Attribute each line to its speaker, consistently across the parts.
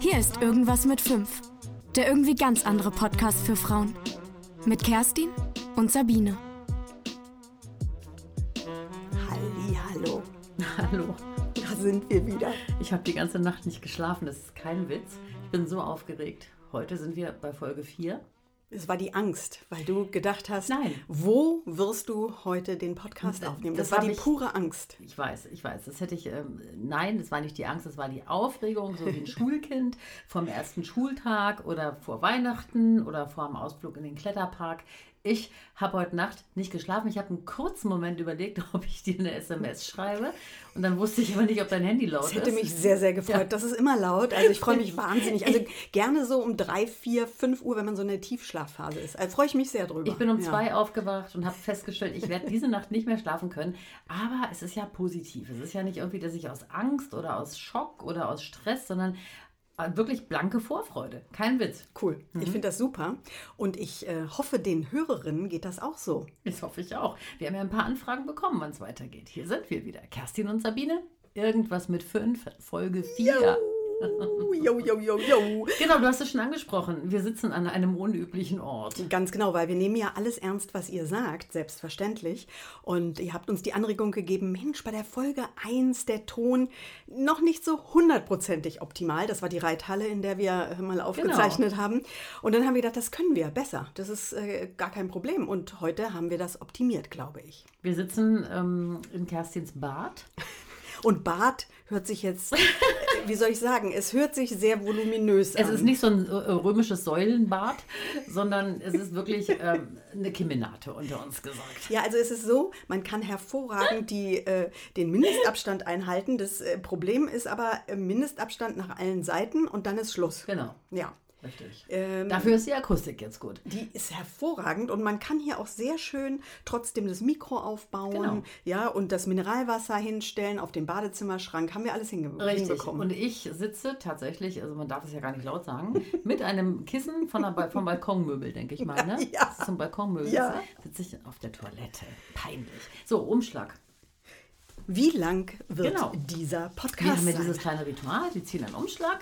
Speaker 1: Hier ist Irgendwas mit 5. Der irgendwie ganz andere Podcast für Frauen. Mit Kerstin und Sabine.
Speaker 2: Halli, hallo.
Speaker 3: Hallo.
Speaker 2: Da sind wir wieder.
Speaker 3: Ich habe die ganze Nacht nicht geschlafen, das ist kein Witz. Ich bin so aufgeregt. Heute sind wir bei Folge 4.
Speaker 2: Es war die Angst, weil du gedacht hast,
Speaker 3: Nein.
Speaker 2: wo wirst du heute den Podcast aufnehmen? Das,
Speaker 3: das
Speaker 2: war
Speaker 3: hab
Speaker 2: die
Speaker 3: ich-
Speaker 2: pure Angst.
Speaker 3: Ich weiß, ich weiß, das hätte ich, ähm, nein, das war nicht die Angst, das war die Aufregung, so wie ein Schulkind vom ersten Schultag oder vor Weihnachten oder vor einem Ausflug in den Kletterpark. Ich habe heute Nacht nicht geschlafen. Ich habe einen kurzen Moment überlegt, ob ich dir eine SMS schreibe und dann wusste ich aber nicht, ob dein Handy laut
Speaker 2: Das hätte
Speaker 3: ist.
Speaker 2: mich sehr, sehr gefreut. Das ist immer laut. Also ich freue mich wahnsinnig. Also gerne so um drei, vier, fünf Uhr, wenn man so eine Tiefschlafphase ist. Also freue ich mich sehr drüber.
Speaker 3: Ich bin um
Speaker 2: Ja.
Speaker 3: zwei aufgewacht und habe festgestellt, ich werde diese Nacht nicht mehr schlafen können. Aber es ist ja positiv. Es ist ja nicht irgendwie, dass ich aus Angst oder aus Schock oder aus Stress, sondern äh, wirklich blanke Vorfreude. Kein Witz.
Speaker 2: Cool.
Speaker 3: Mhm.
Speaker 2: Ich finde das super. Und ich äh, hoffe, den Hörerinnen geht das auch so.
Speaker 3: Das hoffe ich auch. Wir haben ja ein paar Anfragen bekommen, wann es weitergeht. Hier sind wir wieder. Kerstin und Sabine. Irgendwas mit fünf, Folge vier.
Speaker 2: Uh, Jo, jo, jo, jo.
Speaker 3: Genau, du hast es schon angesprochen. Wir sitzen an einem unüblichen Ort.
Speaker 2: Ganz genau, weil wir nehmen ja alles ernst, was ihr sagt, selbstverständlich. Und ihr habt uns die Anregung gegeben, Mensch, bei der Folge 1 der Ton noch nicht so hundertprozentig optimal. Das war die Reithalle, in der wir äh,
Speaker 3: Genau.
Speaker 2: mal aufgezeichnet haben. Und dann haben wir gedacht, das können wir besser. Das ist äh, gar kein Problem. Und heute haben wir das optimiert, glaube ich.
Speaker 3: Wir sitzen ähm, in Kerstins Bad.
Speaker 2: Und Bart hört sich jetzt, äh, wie soll ich sagen, es hört sich sehr voluminös an.
Speaker 3: Es ist nicht so ein äh, römisches Säulenbad, sondern es ist wirklich ähm, eine Kemenate unter uns gesagt.
Speaker 2: Ja, also es ist so, man kann hervorragend die, äh, den Mindestabstand einhalten. Das äh, Problem ist aber äh, Mindestabstand nach allen Seiten und dann ist Schluss.
Speaker 3: Genau,
Speaker 2: Ja.
Speaker 3: richtig.
Speaker 2: Ähm,
Speaker 3: Dafür ist die Akustik jetzt gut.
Speaker 2: die ist hervorragend und man kann hier auch sehr schön trotzdem das Mikro aufbauen,
Speaker 3: Genau.
Speaker 2: ja, und das Mineralwasser hinstellen auf den Badezimmerschrank. Haben wir alles hinge
Speaker 3: Richtig.
Speaker 2: hinbekommen.
Speaker 3: Und ich sitze tatsächlich, also man darf es ja gar nicht laut sagen, mit einem Kissen von der ba vom Balkonmöbel, denke ich mal. Ne?
Speaker 2: Ja.
Speaker 3: Das ist ein Balkonmöbel.
Speaker 2: Ja.
Speaker 3: Sitze ich auf der Toilette. Peinlich. So, Umschlag.
Speaker 2: Wie lang wird
Speaker 3: Genau.
Speaker 2: dieser
Speaker 3: Wir
Speaker 2: Podcast
Speaker 3: haben ja
Speaker 2: sein?
Speaker 3: dieses kleine Ritual, die ziehen einen Umschlag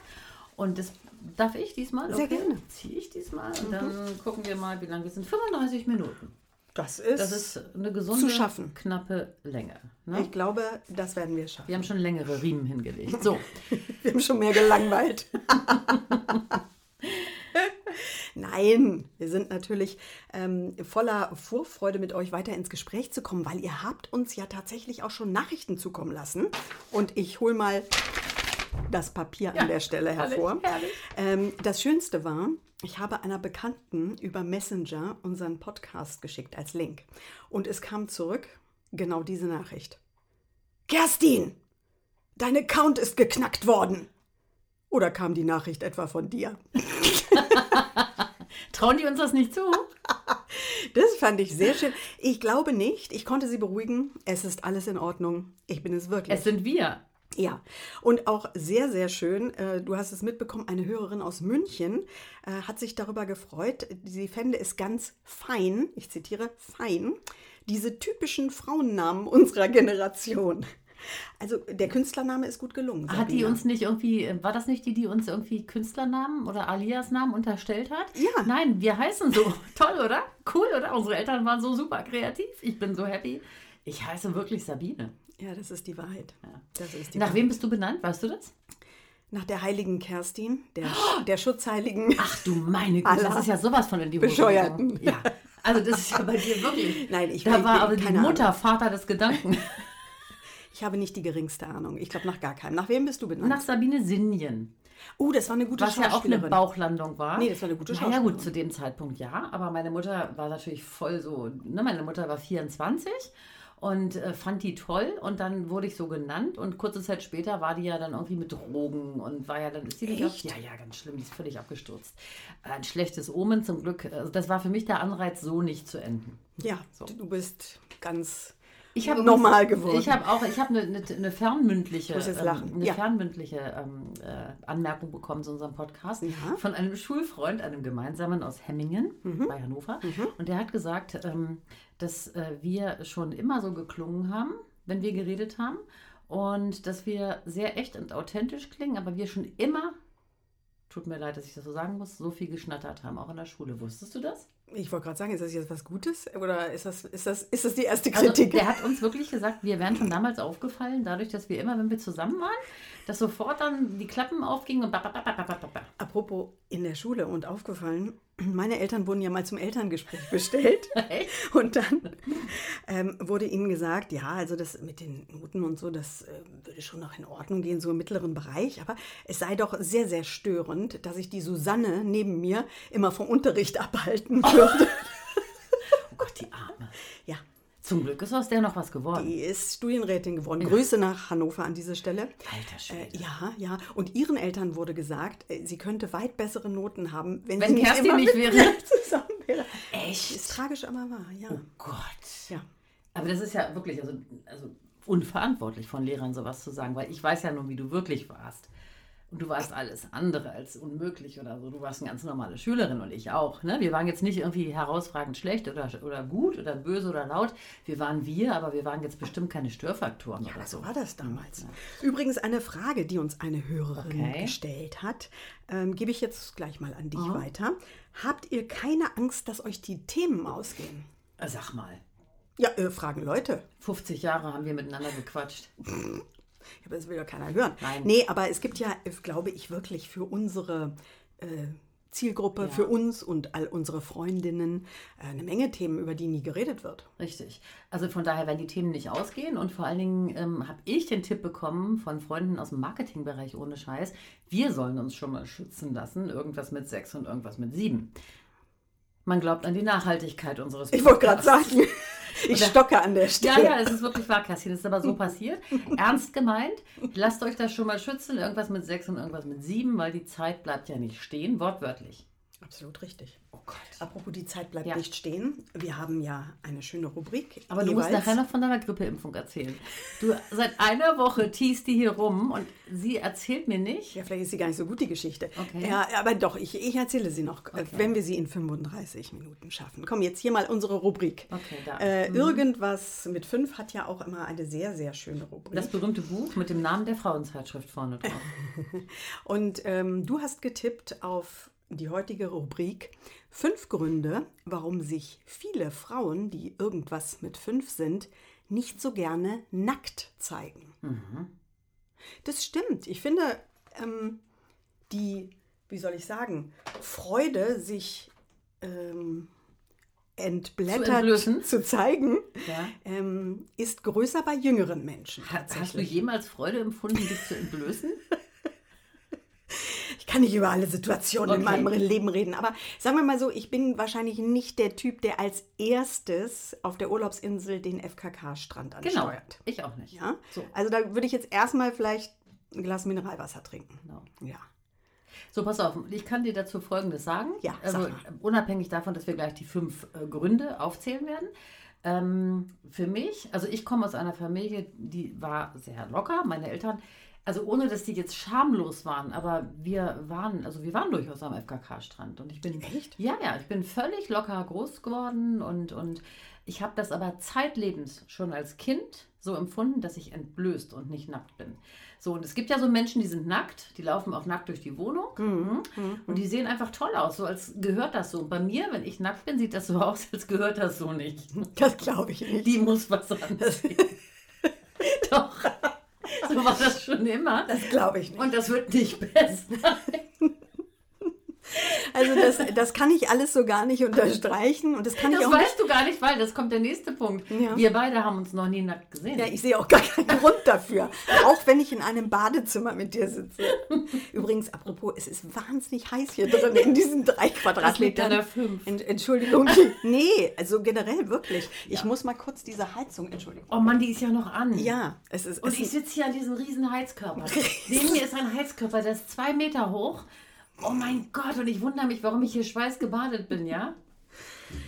Speaker 3: und das darf ich diesmal.
Speaker 2: Sehr gerne. Mhm.
Speaker 3: Ziehe ich diesmal und dann gucken wir mal, wie lange wir sind. 35 Minuten.
Speaker 2: Das ist,
Speaker 3: Das ist ne? eine gesunde,
Speaker 2: zu schaffen.
Speaker 3: knappe Länge. Ne?
Speaker 2: ich glaube, das werden wir schaffen.
Speaker 3: Wir haben schon längere Riemen hingelegt. So,
Speaker 2: Wir haben schon mehr gelangweilt. Nein, wir sind natürlich ähm, voller Vorfreude, mit euch weiter ins Gespräch zu kommen, weil ihr habt uns ja tatsächlich auch schon Nachrichten zukommen lassen. Und ich hole mal das Papier an der Stelle hervor.
Speaker 3: herrlich.
Speaker 2: Ähm, das Schönste war, ich habe einer Bekannten über Messenger unseren Podcast geschickt als Link. Und es kam zurück genau diese Nachricht. Kerstin, dein Account ist geknackt worden. Oder kam die Nachricht etwa von dir?
Speaker 3: trauen die uns das nicht zu?
Speaker 2: Das fand ich sehr schön. Ich glaube nicht. Ich konnte sie beruhigen. Es ist alles in Ordnung. Ich bin es wirklich.
Speaker 3: Es sind wir.
Speaker 2: Ja, und auch sehr, sehr schön, äh, du hast es mitbekommen, eine Hörerin aus München äh, hat sich darüber gefreut. Sie fände es ganz fein, ich zitiere, fein, diese typischen Frauennamen unserer Generation. Also der Künstlername ist gut gelungen.
Speaker 3: Hat die
Speaker 2: Sabine.
Speaker 3: uns nicht irgendwie, äh, war das nicht die, die uns irgendwie Künstlernamen oder Alias-Namen unterstellt hat?
Speaker 2: Ja.
Speaker 3: Nein, wir heißen so. Toll, oder? Cool, oder? Unsere Eltern waren so super kreativ. Ich bin so happy. Ich heiße wirklich Sabine.
Speaker 2: Ja, das ist die Wahrheit. Das ist die
Speaker 3: Nach
Speaker 2: Wahrheit.
Speaker 3: wem bist du benannt? Weißt du das?
Speaker 2: Nach der heiligen Kerstin, der, der Schutzheiligen.
Speaker 3: Ach du meine Güte,
Speaker 2: Aller
Speaker 3: das ist ja sowas von in die Hose
Speaker 2: Bescheuerten.
Speaker 3: gegangen. Ja. Also das ist ja bei dir wirklich.
Speaker 2: Nein, ich-
Speaker 3: Da
Speaker 2: ich-
Speaker 3: war aber die
Speaker 2: keine Ahnung.
Speaker 3: Mutter Vater des Gedanken.
Speaker 2: Ich habe nicht die geringste Ahnung. Ich glaube nach gar keinem. Nach wem bist du benannt?
Speaker 3: Nach Sabine Sinjen,
Speaker 2: oh, das war eine gute
Speaker 3: was ja auch eine
Speaker 2: Schauspielerin.
Speaker 3: Bauchlandung war.
Speaker 2: Nee, das war eine gute
Speaker 3: Ja
Speaker 2: Schauspielerin.
Speaker 3: gut, zu dem Zeitpunkt ja, aber meine Mutter war natürlich voll so, ne, meine Mutter war 24 und äh, fand die toll und dann wurde ich so genannt und kurze Zeit später war die ja dann irgendwie mit Drogen und war ja dann ist sie nicht auf,
Speaker 2: Echt?
Speaker 3: ja ja ganz schlimm, die ist völlig abgestürzt. Ein schlechtes Omen zum Glück, also das war für mich der Anreiz so nicht zu enden.
Speaker 2: ja, du bist ganz
Speaker 3: Ich habe
Speaker 2: normal
Speaker 3: übrigens-
Speaker 2: geworden.
Speaker 3: Ich habe auch, ich habe eine, eine, eine ne fernmündliche,
Speaker 2: muss jetzt lachen.
Speaker 3: Ähm, eine
Speaker 2: Ja.
Speaker 3: fernmündliche ähm, äh, Anmerkung bekommen zu unserem Podcast
Speaker 2: Ja. Mhm.
Speaker 3: von einem Schulfreund, einem gemeinsamen aus Hemmingen bei Hannover. Und der hat gesagt, ähm, dass äh, wir schon immer so geklungen haben, wenn wir geredet haben. Und dass wir sehr echt und authentisch klingen, aber wir schon immer tut mir leid, dass ich das so sagen muss, so viel geschnattert haben, auch in der Schule. Wusstest du das?
Speaker 2: Ich wollte gerade sagen, ist das jetzt was Gutes oder ist das, ist das, ist das die erste
Speaker 3: Also,
Speaker 2: Kritik?
Speaker 3: der hat uns wirklich gesagt, wir wären schon damals aufgefallen, dadurch, dass wir immer, wenn wir zusammen waren, dass sofort dann die Klappen aufgingen und ba, ba, ba, ba, ba, ba, ba.
Speaker 2: Apropos in der Schule und aufgefallen, meine Eltern wurden ja mal zum Elterngespräch bestellt. Und dann ähm, wurde ihnen gesagt, ja, also das mit den Noten und so, das äh, würde schon noch in Ordnung gehen, so im mittleren Bereich. Aber es sei doch sehr, sehr störend, dass ich die Susanne neben mir immer vom Unterricht abhalten würde.
Speaker 3: Oh Gott, die Arme.
Speaker 2: Ja,
Speaker 3: Zum Glück ist aus der noch was geworden.
Speaker 2: die ist Studienrätin geworden. Grüße nach Hannover an diese Stelle.
Speaker 3: Alter
Speaker 2: Äh,
Speaker 3: Schwede.
Speaker 2: ja, ja. Und ihren Eltern wurde gesagt, äh, sie könnte weit bessere Noten haben, wenn,
Speaker 3: Wenn
Speaker 2: sie nicht
Speaker 3: Kerstin
Speaker 2: immer
Speaker 3: nicht
Speaker 2: mit
Speaker 3: wäre.
Speaker 2: mir zusammen wäre.
Speaker 3: Echt?
Speaker 2: Äh, Ist tragisch, aber wahr, ja.
Speaker 3: Oh Gott.
Speaker 2: Ja.
Speaker 3: Aber das ist ja wirklich also, also unverantwortlich von Lehrern sowas zu sagen, weil ich weiß ja nur, wie du wirklich warst. Und du warst alles andere als unmöglich oder so. Du warst eine ganz normale Schülerin und ich auch. Ne? Wir waren jetzt nicht irgendwie herausragend schlecht oder, oder gut oder böse oder laut. Wir waren wir, aber wir waren jetzt bestimmt keine Störfaktoren oder so. Mhm.
Speaker 2: So war das damals. Übrigens eine Frage, die uns eine Hörerin
Speaker 3: Okay. Oh.
Speaker 2: gestellt hat, ähm, gebe ich jetzt gleich mal an dich weiter. Habt ihr keine Angst, dass euch die Themen ausgehen?
Speaker 3: Äh, Sag mal,
Speaker 2: Ja, äh, fragen Leute.
Speaker 3: 50 Jahre haben wir miteinander gequatscht.
Speaker 2: Ja, aber das will ja keiner hören.
Speaker 3: Nein.
Speaker 2: Nee, aber es gibt ja, äh, glaube ich, wirklich für unsere äh, Zielgruppe,
Speaker 3: Ja.
Speaker 2: für uns und all unsere Freundinnen äh, eine Menge Themen, über die nie geredet wird.
Speaker 3: Richtig. Also von daher werden die Themen nicht ausgehen und vor allen Dingen ähm, habe ich den Tipp bekommen von Freunden aus dem Marketingbereich ohne Scheiß, wir sollen uns schon mal schützen lassen, irgendwas mit sechs und irgendwas mit sieben. Man glaubt an die Nachhaltigkeit unseres
Speaker 2: Ich wollte gerade
Speaker 3: Podcasts.
Speaker 2: sagen, ich stocke an der
Speaker 3: Ja,
Speaker 2: Stelle.
Speaker 3: ja, es ist wirklich wahr, Kerstin. Es ist aber so passiert. Ernst gemeint. Lasst euch das schon mal schützen. Irgendwas mit sechs und irgendwas mit sieben, weil die Zeit bleibt ja nicht stehen, wortwörtlich.
Speaker 2: Absolut richtig.
Speaker 3: Oh Gott.
Speaker 2: Apropos, die Zeit bleibt
Speaker 3: Ja.
Speaker 2: nicht stehen. Wir haben ja eine schöne Rubrik.
Speaker 3: Aber du musst
Speaker 2: jeweils.
Speaker 3: nachher noch von deiner Grippeimpfung erzählen. Du, seit einer Woche tiest die hier rum und sie erzählt mir nicht.
Speaker 2: Ja, vielleicht ist sie gar nicht so gut, die Geschichte.
Speaker 3: Okay.
Speaker 2: Ja, aber doch, ich, ich erzähle sie noch, äh, wenn wir sie in 35 Minuten schaffen. Komm, jetzt hier mal unsere Rubrik.
Speaker 3: Okay, da. Mhm.
Speaker 2: Äh, Irgendwas mit 5 hat ja auch immer eine sehr, sehr schöne Rubrik.
Speaker 3: Das berühmte Buch mit dem Namen der Frauenzeitschrift vorne drauf.
Speaker 2: Und ähm, du hast getippt auf die heutige Rubrik Fünf Gründe, warum sich viele Frauen, die irgendwas mit fünf sind, nicht so gerne nackt zeigen.
Speaker 3: Mhm.
Speaker 2: Das stimmt. Ich finde, ähm, die, wie soll ich sagen, Freude, sich ähm, entblättert
Speaker 3: entblößen?
Speaker 2: zu zeigen,
Speaker 3: Ja.
Speaker 2: ähm, ist größer bei jüngeren Menschen.
Speaker 3: Hast, hast du
Speaker 2: Tatsächlich.
Speaker 3: jemals Freude empfunden, dich zu entblößen?
Speaker 2: Ich kann nicht über alle Situationen in
Speaker 3: Okay.
Speaker 2: meinem Leben reden, aber sagen wir mal so, ich bin wahrscheinlich nicht der Typ, der als erstes auf der Urlaubsinsel den FKK-Strand
Speaker 3: Genau.
Speaker 2: ansteuert.
Speaker 3: Ich auch nicht.
Speaker 2: Ja?
Speaker 3: So.
Speaker 2: Also da würde ich jetzt erstmal vielleicht ein Glas Mineralwasser trinken.
Speaker 3: Genau.
Speaker 2: Ja.
Speaker 3: So, pass auf, ich kann dir dazu Folgendes sagen.
Speaker 2: Ja,
Speaker 3: also
Speaker 2: sag mal.
Speaker 3: unabhängig davon, dass wir gleich die fünf äh, Gründe aufzählen werden. Ähm, für mich, also ich komme aus einer Familie, die war sehr locker, meine Eltern, also ohne dass die jetzt schamlos waren, aber wir waren, also wir waren durchaus am FKK-Strand und ich bin
Speaker 2: Echt?
Speaker 3: ja, ja, ich bin völlig locker groß geworden und, und ich habe das aber zeitlebens schon als Kind so empfunden, dass ich entblößt und nicht nackt bin. So, und es gibt ja so Menschen, die sind nackt, die laufen auch nackt durch die Wohnung mhm. und die sehen einfach toll aus, so als gehört das so. Und bei mir, wenn ich nackt bin, sieht das so aus, als gehört das so nicht.
Speaker 2: Das glaube ich nicht.
Speaker 3: Die muss was anderes sehen. Doch, so war das schon immer.
Speaker 2: Das glaube ich nicht.
Speaker 3: Und das wird nicht besser.
Speaker 2: Also das, das kann ich alles so gar nicht unterstreichen und das kann ich
Speaker 3: Das
Speaker 2: auch nicht.
Speaker 3: weißt du gar nicht, weil das kommt der nächste Punkt.
Speaker 2: Ja.
Speaker 3: Wir beide haben uns noch nie nackt gesehen.
Speaker 2: Ja, ich sehe auch gar keinen Grund dafür. Auch wenn ich in einem Badezimmer mit dir sitze. Übrigens, apropos, es ist wahnsinnig heiß hier drin in diesen drei Quadratmetern.
Speaker 3: an der Fünf.
Speaker 2: Ent Entschuldigung. Nee, also generell wirklich. Ich muss mal kurz diese Heizung, Entschuldigung.
Speaker 3: oh Mann, die ist ja noch an.
Speaker 2: Ja, es ist.
Speaker 3: Und
Speaker 2: es
Speaker 3: ich
Speaker 2: ist
Speaker 3: sitze hier an diesem riesen Heizkörper. Neben mir ist ein Heizkörper, der ist zwei Meter hoch. Oh mein Gott, und ich wundere mich, warum ich hier schweißgebadet bin, ja?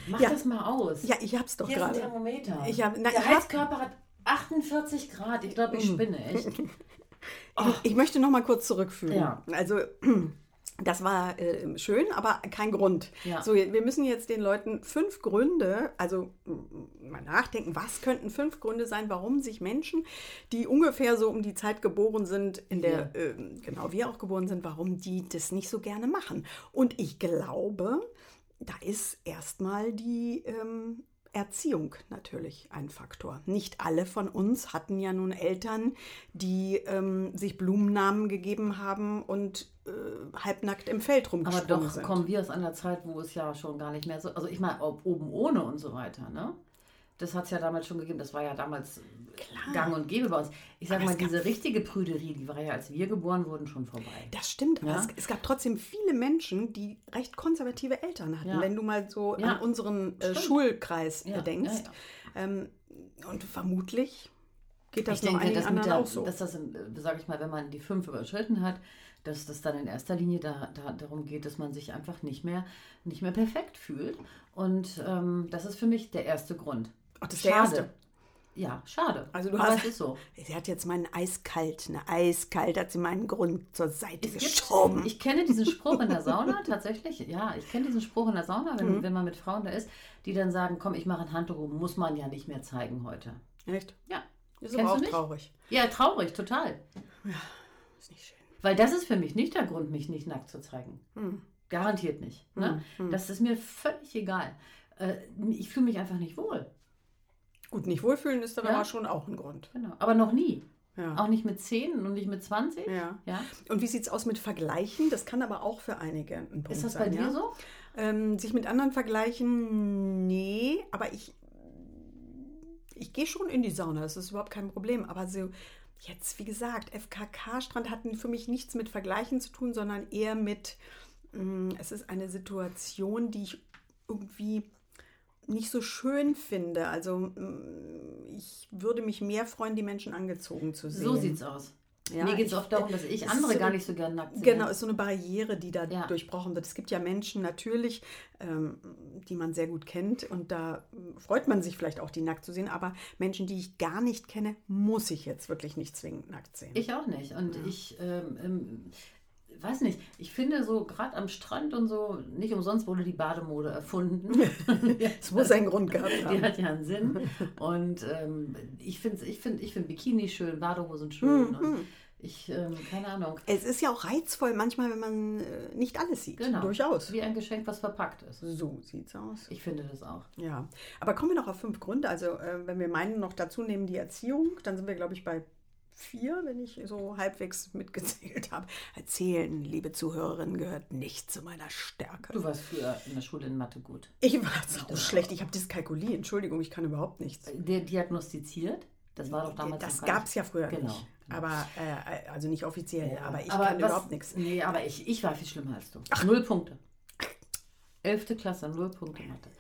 Speaker 3: Mach
Speaker 2: Ja.
Speaker 3: das mal aus.
Speaker 2: ja, ich hab's doch
Speaker 3: hier ist ein
Speaker 2: gerade.
Speaker 3: Thermometer.
Speaker 2: Ich hab- na,
Speaker 3: der
Speaker 2: ich hab- Mhm.
Speaker 3: Heizkörper hat 48 Grad. Ich glaube, ich spinne echt.
Speaker 2: Ich möchte noch mal kurz zurückführen.
Speaker 3: Ja.
Speaker 2: Also Das war äh, schön, aber kein Grund.
Speaker 3: Ja.
Speaker 2: So, wir müssen jetzt den Leuten fünf Gründe, also mm, mal nachdenken, was könnten fünf Gründe sein, warum sich Menschen, die ungefähr so um die Zeit geboren sind, in der ähm, genau wir auch geboren sind, warum die das nicht so gerne machen. Und ich glaube, da ist erstmal die ähm, Erziehung natürlich ein Faktor. Nicht alle von uns hatten ja nun Eltern, die ähm, sich Blumennamen gegeben haben und äh, halbnackt im Feld
Speaker 3: Aber
Speaker 2: rumgesprungen
Speaker 3: doch
Speaker 2: sind.
Speaker 3: kommen wir aus einer Zeit, wo es ja schon gar nicht mehr so, also ich meine, ob oben ohne und so weiter, ne? Das hat es ja damals schon gegeben, das war ja damals gang und gäbe bei uns. Ich sag
Speaker 2: Aber
Speaker 3: mal,
Speaker 2: es gab-
Speaker 3: diese richtige Prüderie, die war ja, als wir geboren wurden, schon vorbei.
Speaker 2: Das stimmt, aber
Speaker 3: Ja.
Speaker 2: es, es gab trotzdem viele Menschen, die recht konservative Eltern hatten.
Speaker 3: Ja.
Speaker 2: Wenn du mal so
Speaker 3: Ja.
Speaker 2: an unseren äh,
Speaker 3: Stimmt.
Speaker 2: Schulkreis äh,
Speaker 3: Ja,
Speaker 2: denkst.
Speaker 3: ja,
Speaker 2: Ähm, und vermutlich geht das
Speaker 3: ich
Speaker 2: noch
Speaker 3: denke,
Speaker 2: einigen
Speaker 3: dass, mit
Speaker 2: anderen
Speaker 3: der,
Speaker 2: auch so.
Speaker 3: dass das, sage ich mal, wenn man die fünf überschritten hat, dass das dann in erster Linie da, da, darum geht, dass man sich einfach nicht mehr, nicht mehr perfekt fühlt. Und ähm, das ist für mich der erste Grund.
Speaker 2: Ach, das ist der erste.
Speaker 3: Ja, schade.
Speaker 2: Also du
Speaker 3: Aber
Speaker 2: hast-
Speaker 3: es ist so.
Speaker 2: Sie hat jetzt meinen eiskalt, ne, eiskalt hat sie meinen Grund zur Seite
Speaker 3: Es gibt-
Speaker 2: geschoben.
Speaker 3: Ich kenne diesen Spruch in der Sauna tatsächlich. Ja, ich kenne diesen Spruch in der Sauna,
Speaker 2: Mhm.
Speaker 3: wenn, wenn man mit Frauen da ist, die dann sagen, komm, ich mache ein Handtuch, um, muss man ja nicht mehr zeigen heute.
Speaker 2: Echt?
Speaker 3: Ja.
Speaker 2: Ist
Speaker 3: Kennst
Speaker 2: aber
Speaker 3: du
Speaker 2: auch
Speaker 3: nicht?
Speaker 2: traurig.
Speaker 3: Ja, traurig, total.
Speaker 2: Ist nicht schön.
Speaker 3: Weil das ist für mich nicht der Grund, mich nicht nackt zu zeigen. Garantiert nicht. Ne?
Speaker 2: Mhm.
Speaker 3: Das ist mir völlig egal. Äh, Ich fühle mich einfach nicht wohl.
Speaker 2: Gut, nicht wohlfühlen ist aber
Speaker 3: Ja.
Speaker 2: schon auch ein Grund.
Speaker 3: Genau. Aber noch nie.
Speaker 2: Ja.
Speaker 3: Auch nicht mit 10 und nicht mit 20.
Speaker 2: Ja.
Speaker 3: Ja.
Speaker 2: Und wie sieht es aus mit Vergleichen? Das kann aber auch für einige ein Punkt
Speaker 3: Ist das bei
Speaker 2: sein.
Speaker 3: dir
Speaker 2: ja?
Speaker 3: so?
Speaker 2: Ähm, sich mit anderen vergleichen, nee, aber ich, ich gehe schon in die Sauna, das ist überhaupt kein Problem. Aber so jetzt, wie gesagt, FKK-Strand hat für mich nichts mit Vergleichen zu tun, sondern eher mit, mh, es ist eine Situation, die ich irgendwie nicht so schön finde. Also mh, ich würde mich mehr freuen, die Menschen angezogen zu sehen.
Speaker 3: So sieht's aus.
Speaker 2: Ja,
Speaker 3: Mir geht es
Speaker 2: ich- äh,
Speaker 3: oft darum, dass
Speaker 2: es
Speaker 3: ich
Speaker 2: ist
Speaker 3: andere
Speaker 2: so-
Speaker 3: gar nicht so gern nackt sehe.
Speaker 2: Genau, ist so eine Barriere, die da
Speaker 3: Ja.
Speaker 2: durchbrochen wird. Es gibt ja Menschen natürlich, ähm, die man sehr gut kennt und da äh, freut man sich vielleicht auch, die nackt zu sehen, aber Menschen, die ich gar nicht kenne, muss ich jetzt wirklich nicht zwingend nackt sehen.
Speaker 3: Ich auch nicht. Und ich ähm, ähm, weiß nicht, ich finde so gerade am Strand und so, nicht umsonst wurde die Bademode erfunden.
Speaker 2: Es muss einen Grund gehabt
Speaker 3: Die
Speaker 2: haben.
Speaker 3: hat ja einen Sinn. Und ähm, ich finde ich find, ich find Bikini schön, Badehosen
Speaker 2: Mhm.
Speaker 3: schön. Und ich, ähm, keine Ahnung.
Speaker 2: Es ist ja auch reizvoll manchmal, wenn man äh, nicht alles sieht.
Speaker 3: Genau.
Speaker 2: Durchaus.
Speaker 3: Wie ein Geschenk, was verpackt ist.
Speaker 2: So sieht's aus.
Speaker 3: Ich finde das auch.
Speaker 2: Ja, aber kommen wir noch auf fünf Gründe. Also äh, wenn wir meinen, noch dazu nehmen die Erziehung, dann sind wir, glaube ich, bei vier, wenn ich so halbwegs mitgezählt habe. Erzählen, liebe Zuhörerinnen, gehört nicht zu meiner Stärke.
Speaker 3: Du Genau. warst früher in der Schule in Mathe gut.
Speaker 2: Ich war so schlecht, ich habe Dyskalkulie, Entschuldigung, ich kann überhaupt nichts.
Speaker 3: Dir Äh, diagnostiziert? Das war doch damals
Speaker 2: Das
Speaker 3: noch gar
Speaker 2: gab es
Speaker 3: nicht-
Speaker 2: ja früher
Speaker 3: Genau.
Speaker 2: nicht. Aber, äh, also nicht offiziell, aber ich kann
Speaker 3: was-
Speaker 2: überhaupt nichts.
Speaker 3: Nee, aber ich, ich war viel schlimmer als du. Null Punkte. Elfte Klasse, null Punkte Mathe.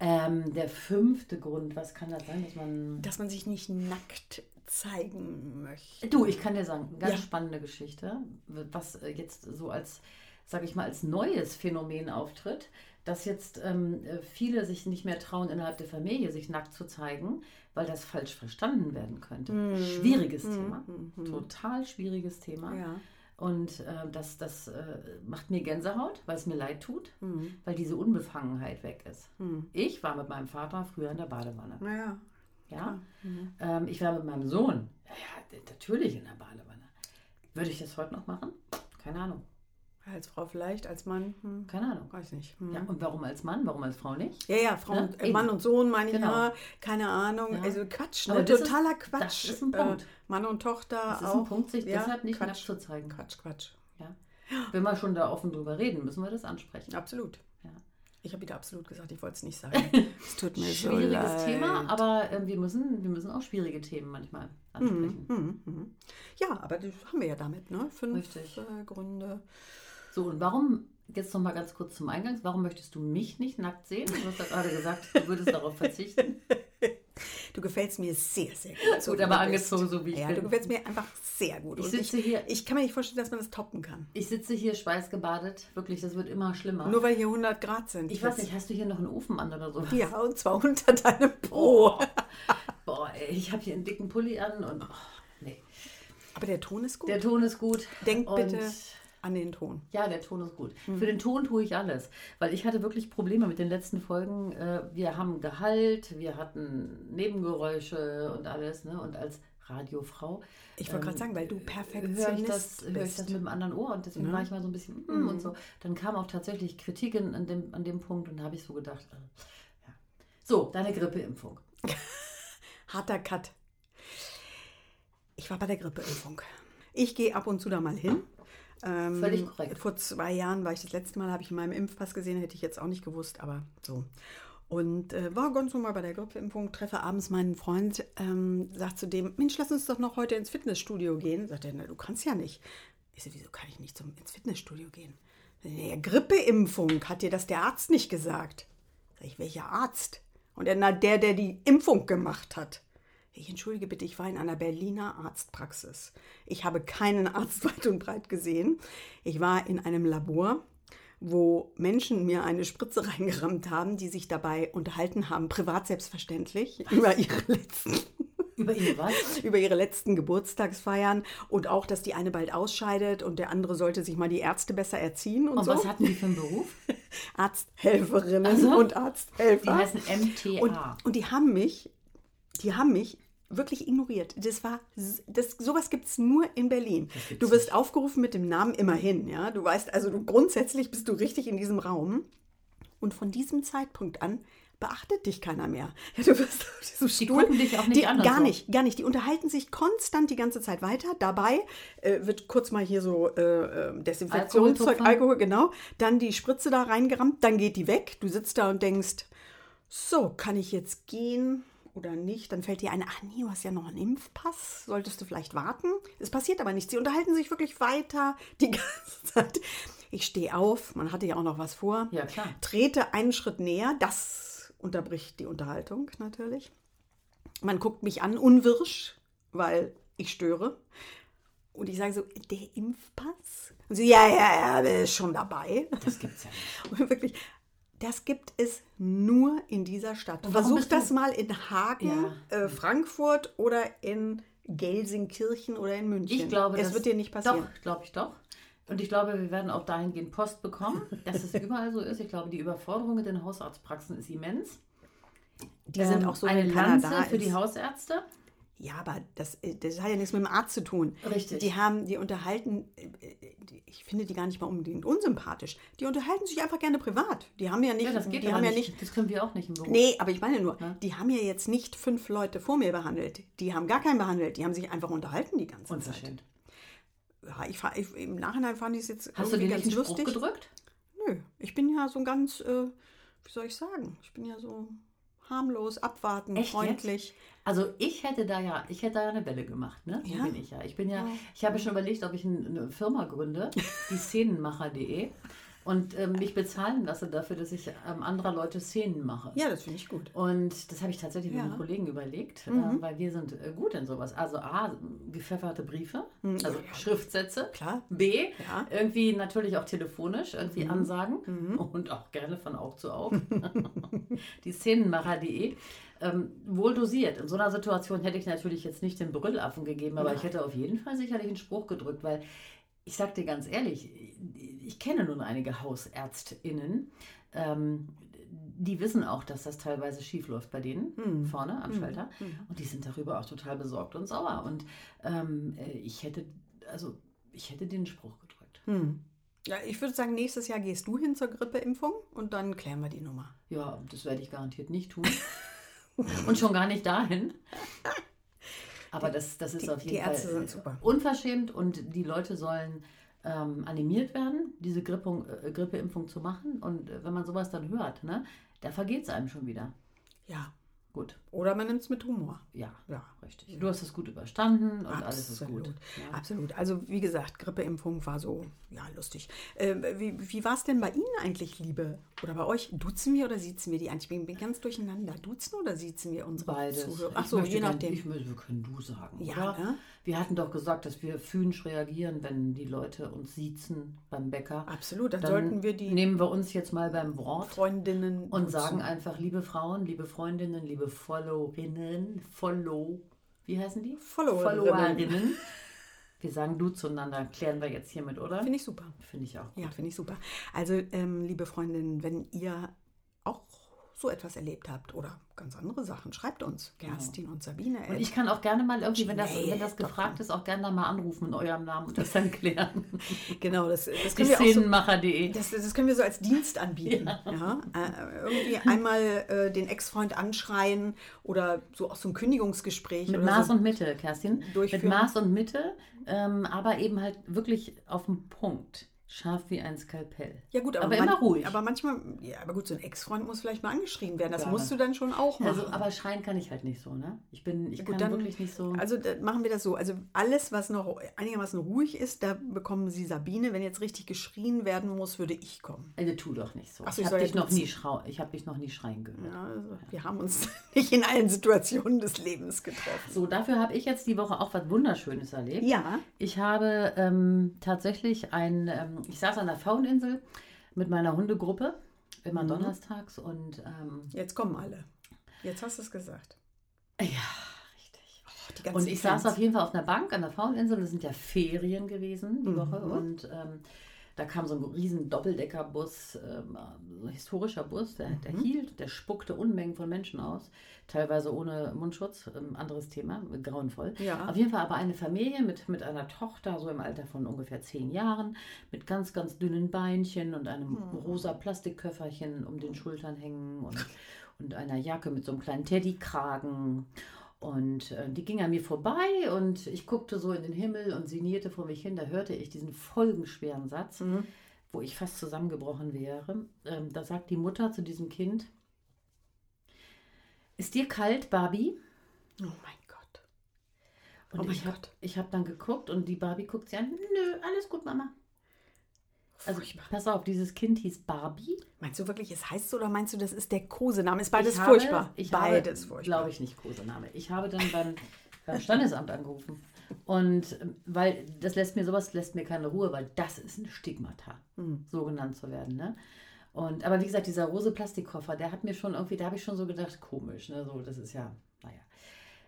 Speaker 3: Ähm, der fünfte Grund, was kann das sein, dass man.
Speaker 2: Dass man sich nicht nackt zeigen möchte.
Speaker 3: Du, ich kann dir sagen, eine ganz
Speaker 2: Ja.
Speaker 3: spannende Geschichte, was äh, jetzt so als, sag ich mal, als neues Phänomen auftritt, dass jetzt ähm, äh, viele sich nicht mehr trauen, innerhalb der Familie sich nackt zu zeigen, weil das falsch verstanden werden könnte.
Speaker 2: Hm.
Speaker 3: Schwieriges Thema. Total schwieriges Thema.
Speaker 2: Ja.
Speaker 3: Und äh, das, das äh, macht mir Gänsehaut, weil es mir leid tut,
Speaker 2: Hm,
Speaker 3: weil diese Unbefangenheit weg ist. Ich war mit meinem Vater früher in der Badewanne.
Speaker 2: Naja.
Speaker 3: Ja? Ähm, ich war mit meinem Sohn. Ja, Ja, d- natürlich in der Badewanne. Würde ich das heute noch machen? Keine Ahnung.
Speaker 2: Als Frau vielleicht, als Mann, hm,
Speaker 3: Keine Ahnung.
Speaker 2: weiß nicht. Hm.
Speaker 3: Ja, und warum als Mann, warum als Frau nicht?
Speaker 2: Ja, ja, Frau
Speaker 3: Ne?
Speaker 2: und, äh,
Speaker 3: Eben.
Speaker 2: Mann und Sohn meine ich
Speaker 3: Genau.
Speaker 2: immer, keine Ahnung,
Speaker 3: Ja.
Speaker 2: also Quatsch,
Speaker 3: Aber
Speaker 2: ne?
Speaker 3: das ist-
Speaker 2: totaler
Speaker 3: das
Speaker 2: Quatsch.
Speaker 3: ist ein Punkt.
Speaker 2: Äh, Mann und Tochter
Speaker 3: Das ist
Speaker 2: auch.
Speaker 3: ein Punkt, sich
Speaker 2: ja,
Speaker 3: deshalb nicht
Speaker 2: Quatsch.
Speaker 3: nackt zu zeigen.
Speaker 2: Quatsch, Quatsch.
Speaker 3: Ja. Wenn wir schon da offen drüber reden, müssen wir das ansprechen.
Speaker 2: Absolut.
Speaker 3: Ja.
Speaker 2: Ich habe wieder absolut gesagt, ich wollte es nicht sagen. Es tut mir so
Speaker 3: Schwieriges
Speaker 2: leid.
Speaker 3: Thema, aber ähm, wir, müssen, wir müssen auch schwierige Themen manchmal ansprechen.
Speaker 2: Mhm, mhm. Ja, aber das haben wir ja damit, ne? Fünf
Speaker 3: Richtig.
Speaker 2: äh, Gründe.
Speaker 3: So, und warum, jetzt nochmal ganz kurz zum Eingangs, warum möchtest du mich nicht nackt sehen? Du hast ja gerade gesagt, du würdest darauf verzichten.
Speaker 2: Du gefällst mir sehr, sehr gut.
Speaker 3: Gut,
Speaker 2: wie
Speaker 3: aber
Speaker 2: du bist.
Speaker 3: angezogen, so wie ich
Speaker 2: Ja,
Speaker 3: bin.
Speaker 2: du gefällst mir einfach sehr gut.
Speaker 3: Ich
Speaker 2: Und
Speaker 3: sitze hier-
Speaker 2: ich kann mir nicht vorstellen, dass man das toppen kann.
Speaker 3: Ich sitze hier schweißgebadet, wirklich, das wird immer schlimmer.
Speaker 2: Nur weil hier 100 Grad sind.
Speaker 3: Ah. ich weiß nicht, hast du hier noch einen Ofen an oder so? Oh.
Speaker 2: Ja, und zwar unter deinem Po.
Speaker 3: Boah, ey, ich habe hier einen dicken Pulli an und oh, nee.
Speaker 2: Aber der Ton ist gut.
Speaker 3: Der Ton ist gut.
Speaker 2: Denkt
Speaker 3: und
Speaker 2: bitte Hm. an den Ton.
Speaker 3: Ja, der Ton ist gut. Für den Ton tue ich alles, weil ich hatte wirklich Probleme mit den letzten Folgen. Äh, Wir haben Gehalt, wir hatten Nebengeräusche und alles. Ne? Und als Radiofrau
Speaker 2: Ähm, Ich wollte gerade sagen, weil du
Speaker 3: höre ich,
Speaker 2: Perfektionist
Speaker 3: das, höre ich
Speaker 2: bist.
Speaker 3: das mit dem anderen Ohr und deswegen
Speaker 2: Ja.
Speaker 3: war ich mal so ein bisschen mm,
Speaker 2: Mhm.
Speaker 3: und so. Dann kam auch tatsächlich Kritik in, an, dem, an dem Punkt und da habe ich so gedacht, äh, ja. So, deine Grippeimpfung.
Speaker 2: Harter Cut. Ich war bei der Grippeimpfung. Ich gehe ab und zu da mal hin. Ähm,
Speaker 3: Völlig korrekt.
Speaker 2: Vor zwei Jahren war ich das letzte Mal, habe ich in meinem Impfpass gesehen, hätte ich jetzt auch nicht gewusst, aber so. Und äh, war ganz normal bei der Grippeimpfung, treffe abends meinen Freund, ähm, sagt zu dem, Mensch, lass uns doch noch heute ins Fitnessstudio gehen. Sagt er, na, du kannst ja nicht. Ich so, wieso kann ich nicht zum, ins Fitnessstudio gehen? Nee, Grippeimpfung, hat dir das der Arzt nicht gesagt? Sag ich, welcher Arzt? Und er, na, der, der die Impfung gemacht hat. Ich entschuldige bitte, ich war in einer Berliner Arztpraxis. Ich habe keinen Arzt weit und breit gesehen. Ich war in einem Labor, wo Menschen mir eine Spritze reingerammt haben, die sich dabei unterhalten haben, privat selbstverständlich, über ihre letzten
Speaker 3: Über ihn was?
Speaker 2: über ihre letzten Geburtstagsfeiern und auch, dass die eine bald ausscheidet und der andere sollte sich mal die Ärzte besser erziehen und,
Speaker 3: Und
Speaker 2: so.
Speaker 3: was hatten die für einen Beruf?
Speaker 2: Arzthelferinnen
Speaker 3: so.
Speaker 2: und Arzthelfer.
Speaker 3: Die heißen MTA.
Speaker 2: Und, und die haben mich, die haben mich wirklich ignoriert. Das war, s- das, sowas gibt es nur in Berlin. Du wirst aufgerufen mit dem Namen immerhin, ja. Du weißt also, du, grundsätzlich bist du richtig in diesem Raum. Und von diesem Zeitpunkt an beachtet dich keiner mehr. Ja, du wirst auf diesem Stuhl.
Speaker 3: gucken dich auch nicht
Speaker 2: die,
Speaker 3: an und
Speaker 2: Gar
Speaker 3: so.
Speaker 2: nicht, gar nicht. Die unterhalten sich konstant die ganze Zeit weiter. Dabei äh, wird kurz mal hier so äh, äh, Desinfektionszeug,
Speaker 3: Alkoholtupfer.
Speaker 2: Alkohol, genau. Dann die Spritze da reingerammt, dann geht die weg. Du sitzt da und denkst, so, kann ich jetzt gehen oder nicht? Dann fällt dir eine, ach nee, du hast ja noch einen Impfpass, solltest du vielleicht warten? Es passiert aber nichts. Sie unterhalten sich wirklich weiter die ganze Zeit. Ich stehe auf, man hatte ja auch noch was vor.
Speaker 3: Ja, klar.
Speaker 2: Trete einen Schritt näher, das unterbricht die Unterhaltung natürlich. Man guckt mich an, unwirsch, weil ich störe. Und ich sage so, der Impfpass? Und sie, ja, ja, ja, der ist schon dabei.
Speaker 3: das gibt's ja nicht.
Speaker 2: Und wirklich, das gibt es nur in dieser Stadt.
Speaker 3: warum
Speaker 2: Versuch
Speaker 3: bist du-
Speaker 2: das mal in Hagen, äh, Frankfurt oder in Gelsenkirchen oder in München.
Speaker 3: Ich glaube,
Speaker 2: es
Speaker 3: das-
Speaker 2: wird dir nicht passieren.
Speaker 3: Doch, glaube ich doch. Und ich glaube, wir werden auch dahingehend Post bekommen, dass es überall so ist. Ich glaube, die Überforderung in den Hausarztpraxen ist immens.
Speaker 2: Die sind auch so
Speaker 3: ähm, eine
Speaker 2: wie in
Speaker 3: Lanze
Speaker 2: Kanada.
Speaker 3: für die
Speaker 2: ist.
Speaker 3: Hausärzte.
Speaker 2: Ja, aber das, äh, das hat ja nichts mit dem Arzt zu tun.
Speaker 3: Richtig.
Speaker 2: Die haben, die unterhalten, äh, die- ich finde die gar nicht mal unbedingt unsympathisch. Die unterhalten sich einfach gerne privat. Die haben ja nicht,
Speaker 3: Ja, das geht
Speaker 2: die
Speaker 3: aber
Speaker 2: haben ja
Speaker 3: nicht.
Speaker 2: nicht.
Speaker 3: Das können wir auch nicht im Beruf.
Speaker 2: Nee, aber ich meine nur,
Speaker 3: Ja.
Speaker 2: die haben ja jetzt nicht fünf Leute vor mir behandelt. Die haben gar keinen behandelt. Die haben sich einfach unterhalten die ganze Zeit.
Speaker 3: Unverschämt.
Speaker 2: Ja, ich, fa- ich, im Nachhinein fand ich es jetzt
Speaker 3: Hast du
Speaker 2: irgendwie
Speaker 3: dir
Speaker 2: ganz
Speaker 3: nicht einen Spruch
Speaker 2: lustig.
Speaker 3: gedrückt?
Speaker 2: Nö, ich bin ja so ein ganz, äh, wie soll ich sagen, ich bin ja so harmlos, abwartend,
Speaker 3: Echt jetzt?
Speaker 2: freundlich.
Speaker 3: Also ich hätte da ja, ich hätte da ja eine Welle gemacht, ne? So
Speaker 2: Ja.
Speaker 3: bin ich ja. Ich bin ja, ich habe schon überlegt, ob ich ein- eine Firma gründe, die Szenenmacher.de und ähm, mich bezahlen lasse dafür, dass ich ähm, anderer Leute Szenen mache.
Speaker 2: Ja, das finde ich gut.
Speaker 3: Und das habe ich tatsächlich mit
Speaker 2: Ja.
Speaker 3: einem Kollegen überlegt, äh, weil wir sind äh, gut in sowas. Also A, gepfefferte Briefe, also Schriftsätze.
Speaker 2: Klar.
Speaker 3: B,
Speaker 2: Ja.
Speaker 3: irgendwie natürlich auch telefonisch, irgendwie Ansagen und auch gerne von Auge zu Auge. Die Szenenmacher.de. Ähm, wohl dosiert. In so einer Situation hätte ich natürlich jetzt nicht den Brüllaffen gegeben, aber ich hätte auf jeden Fall sicherlich einen Spruch gedrückt, weil ich sag dir ganz ehrlich, ich kenne nun einige HausärztInnen, ähm, die wissen auch, dass das teilweise schief läuft bei denen
Speaker 2: Hm.
Speaker 3: vorne am Schalter. Und die sind darüber auch total besorgt und sauer. Und ähm, äh, ich hätte, also ich hätte den Spruch gedrückt.
Speaker 2: Hm. Ja, ich würde sagen, nächstes Jahr gehst du hin zur Grippeimpfung und dann klären wir die Nummer.
Speaker 3: Ja, das werde ich garantiert nicht tun. und schon gar nicht dahin. Aber das, das ist
Speaker 2: die-
Speaker 3: auf jeden
Speaker 2: die
Speaker 3: Fall
Speaker 2: Ärzte sind super.
Speaker 3: unverschämt und die Leute sollen ähm, animiert werden, diese Grippung, äh, Grippeimpfung zu machen. Und äh, wenn man sowas dann hört, ne, da vergeht es einem schon wieder.
Speaker 2: Ja.
Speaker 3: Gut,
Speaker 2: Oder man nimmt es mit Humor.
Speaker 3: ja,
Speaker 2: Ja.
Speaker 3: richtig. Du hast es gut überstanden und alles ist
Speaker 2: Absolut.
Speaker 3: gut. Ja.
Speaker 2: Absolut. Also wie gesagt, Grippeimpfung war so, ja, lustig. Ähm, wie wie war es denn bei Ihnen eigentlich, Liebe? Oder bei euch? Duzen wir oder siezen wir die eigentlich? Ich bin ganz durcheinander. Duzen oder siezen wir unsere
Speaker 3: Beides.
Speaker 2: Zuhörer?
Speaker 3: Ich
Speaker 2: Ach so,
Speaker 3: möchte
Speaker 2: je
Speaker 3: gern-
Speaker 2: nachdem.
Speaker 3: Ich, mö- wir können du sagen.
Speaker 2: Ja,
Speaker 3: oder?
Speaker 2: ne?
Speaker 3: Wir hatten doch gesagt, dass wir fünsch reagieren, wenn die Leute uns siezen beim Bäcker.
Speaker 2: Absolut, dann Also sollten wir die-
Speaker 3: Nehmen wir uns jetzt mal beim Wort
Speaker 2: Freundinnen
Speaker 3: und
Speaker 2: duzen.
Speaker 3: sagen einfach, liebe Frauen, liebe Freundinnen, liebe Followerinnen, Follow. Wie heißen die?
Speaker 2: Followerinnen.
Speaker 3: Followerinnen. Wir sagen du zueinander, klären wir jetzt hiermit, oder?
Speaker 2: Finde ich super.
Speaker 3: Finde ich auch.
Speaker 2: Ja, finde ich super. Also, ähm, liebe Freundinnen, wenn ihr auch so etwas erlebt habt oder ganz andere Sachen, schreibt uns. Kerstin und Sabine.
Speaker 3: Genau. Und ich kann auch gerne mal irgendwie, wenn das, wenn das
Speaker 2: Schnell,
Speaker 3: gefragt ist, auch gerne da mal anrufen in eurem Namen und das dann klären.
Speaker 2: genau, das, das
Speaker 3: Die
Speaker 2: können wir auch so,
Speaker 3: Szenenmacher.de.
Speaker 2: das, das können wir so als Dienst anbieten. Ja. Äh, irgendwie einmal äh, den Ex-Freund anschreien oder so auch so ein Kündigungsgespräch.
Speaker 3: Mit
Speaker 2: oder
Speaker 3: Maß
Speaker 2: so.
Speaker 3: und Mitte, Kerstin.
Speaker 2: durchführen.
Speaker 3: Mit Maß und Mitte, ähm, aber eben halt wirklich auf den Punkt. Scharf wie ein Skalpell.
Speaker 2: Ja gut, aber,
Speaker 3: aber immer
Speaker 2: man-
Speaker 3: ruhig.
Speaker 2: Aber manchmal, ja, aber gut, so ein Ex-Freund muss vielleicht mal angeschrien werden. Das
Speaker 3: Ja.
Speaker 2: musst du dann schon auch machen.
Speaker 3: also, aber schreien kann ich halt nicht so, ne? Ich bin, ich
Speaker 2: Gut,
Speaker 3: kann
Speaker 2: dann-
Speaker 3: wirklich nicht so.
Speaker 2: Also da machen wir das so. Also alles, was noch einigermaßen ruhig ist, da bekommen Sie Sabine. Wenn jetzt richtig geschrien werden muss, würde ich kommen.
Speaker 3: Also tu doch nicht so.
Speaker 2: Ach so,
Speaker 3: ich
Speaker 2: ich
Speaker 3: habe
Speaker 2: soll
Speaker 3: dich,
Speaker 2: ja
Speaker 3: noch
Speaker 2: duzen.
Speaker 3: nie schrau- ich hab dich noch nie schreien gehört.
Speaker 2: Ja, also, wir haben uns nicht in allen Situationen des Lebens getroffen.
Speaker 3: So, dafür habe ich jetzt die Woche auch was Wunderschönes erlebt.
Speaker 2: Ja,
Speaker 3: Ich habe ähm, tatsächlich ein, ähm, ich saß an der Fauninsel mit meiner Hundegruppe,
Speaker 2: Mhm.
Speaker 3: immer donnerstags und ähm,
Speaker 2: jetzt kommen alle. Jetzt hast du es gesagt.
Speaker 3: ja, richtig.
Speaker 2: Die ganzen
Speaker 3: Und ich saß
Speaker 2: Fans.
Speaker 3: auf jeden Fall auf einer Bank an der Fauninsel. Das sind ja Ferien gewesen die
Speaker 2: Mhm.
Speaker 3: Woche. Und ähm, da kam so ein riesen Doppeldeckerbus, ähm, so ein historischer Bus, der, der hielt, der spuckte Unmengen von Menschen aus. Teilweise ohne Mundschutz, ähm, anderes Thema, grauenvoll.
Speaker 2: Ja.
Speaker 3: Auf jeden Fall aber eine Familie mit, mit einer Tochter, so im Alter von ungefähr zehn Jahren, mit ganz, ganz dünnen Beinchen und einem
Speaker 2: Hm.
Speaker 3: rosa Plastikköfferchen um den Schultern hängen und, und einer Jacke mit so einem kleinen Teddykragen. Und äh, die ging an mir vorbei und ich guckte so in den Himmel und sinnierte vor mich hin. Da hörte ich diesen folgenschweren Satz, wo ich fast zusammengebrochen wäre. Ähm, da sagt die Mutter zu diesem Kind: Ist dir kalt, Barbie?
Speaker 2: Oh mein Gott.
Speaker 3: Und
Speaker 2: Oh mein
Speaker 3: ich habe
Speaker 2: Gott.
Speaker 3: hab dann geguckt und die Barbie guckt sie an. Nö, alles gut, Mama. Also
Speaker 2: Furchtbar.
Speaker 3: pass auf, dieses Kind hieß Barbie.
Speaker 2: Meinst du wirklich, es heißt so oder meinst du, das ist der Kosename? Ist beides
Speaker 3: ich habe-
Speaker 2: furchtbar.
Speaker 3: Ich
Speaker 2: beides
Speaker 3: habe,
Speaker 2: furchtbar.
Speaker 3: Glaube ich nicht, Kosename. Ich habe dann beim, beim Standesamt angerufen. Und ähm, weil das lässt mir sowas lässt mir keine Ruhe, weil das ist ein Stigmata,
Speaker 2: Mhm.
Speaker 3: so genannt zu werden, ne? Und aber wie gesagt, dieser rose Plastikkoffer, der hat mir schon irgendwie, da habe ich schon so gedacht, komisch, ne? So, das ist ja, naja.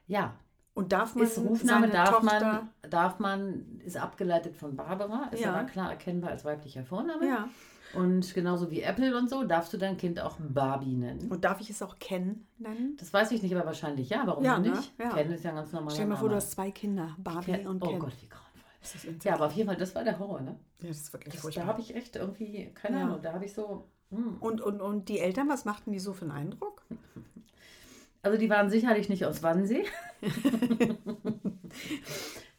Speaker 3: Ja,
Speaker 2: Und darf man
Speaker 3: ist Rufname
Speaker 2: seine
Speaker 3: darf
Speaker 2: Tochter-
Speaker 3: man, darf man, ist abgeleitet von Barbara, ist
Speaker 2: Ja.
Speaker 3: aber klar erkennbar als weiblicher Vorname.
Speaker 2: Ja.
Speaker 3: Und genauso wie Apple und so, darfst du dein Kind auch Barbie nennen.
Speaker 2: Und darf ich es auch Ken nennen?
Speaker 3: Das weiß ich nicht, aber wahrscheinlich ja. Warum
Speaker 2: Ja, ne?
Speaker 3: nicht?
Speaker 2: Ja.
Speaker 3: Ken ist ja ein ganz normal.
Speaker 2: Stell dir mal vor, du hast zwei Kinder, Barbie und
Speaker 3: Oh
Speaker 2: Ken.
Speaker 3: Gott, wie grauenvoll.
Speaker 2: Das ist insane.
Speaker 3: Ja, aber auf jeden Fall, das war der Horror, ne?
Speaker 2: Ja, das ist wirklich
Speaker 3: Das, da
Speaker 2: furchtbar.
Speaker 3: habe ich echt irgendwie, keine
Speaker 2: Ja.
Speaker 3: Ahnung, da habe ich so. Hm.
Speaker 2: Und, und, und die Eltern, was machten die so für einen Eindruck?
Speaker 3: Also, die waren sicherlich nicht aus Wannsee.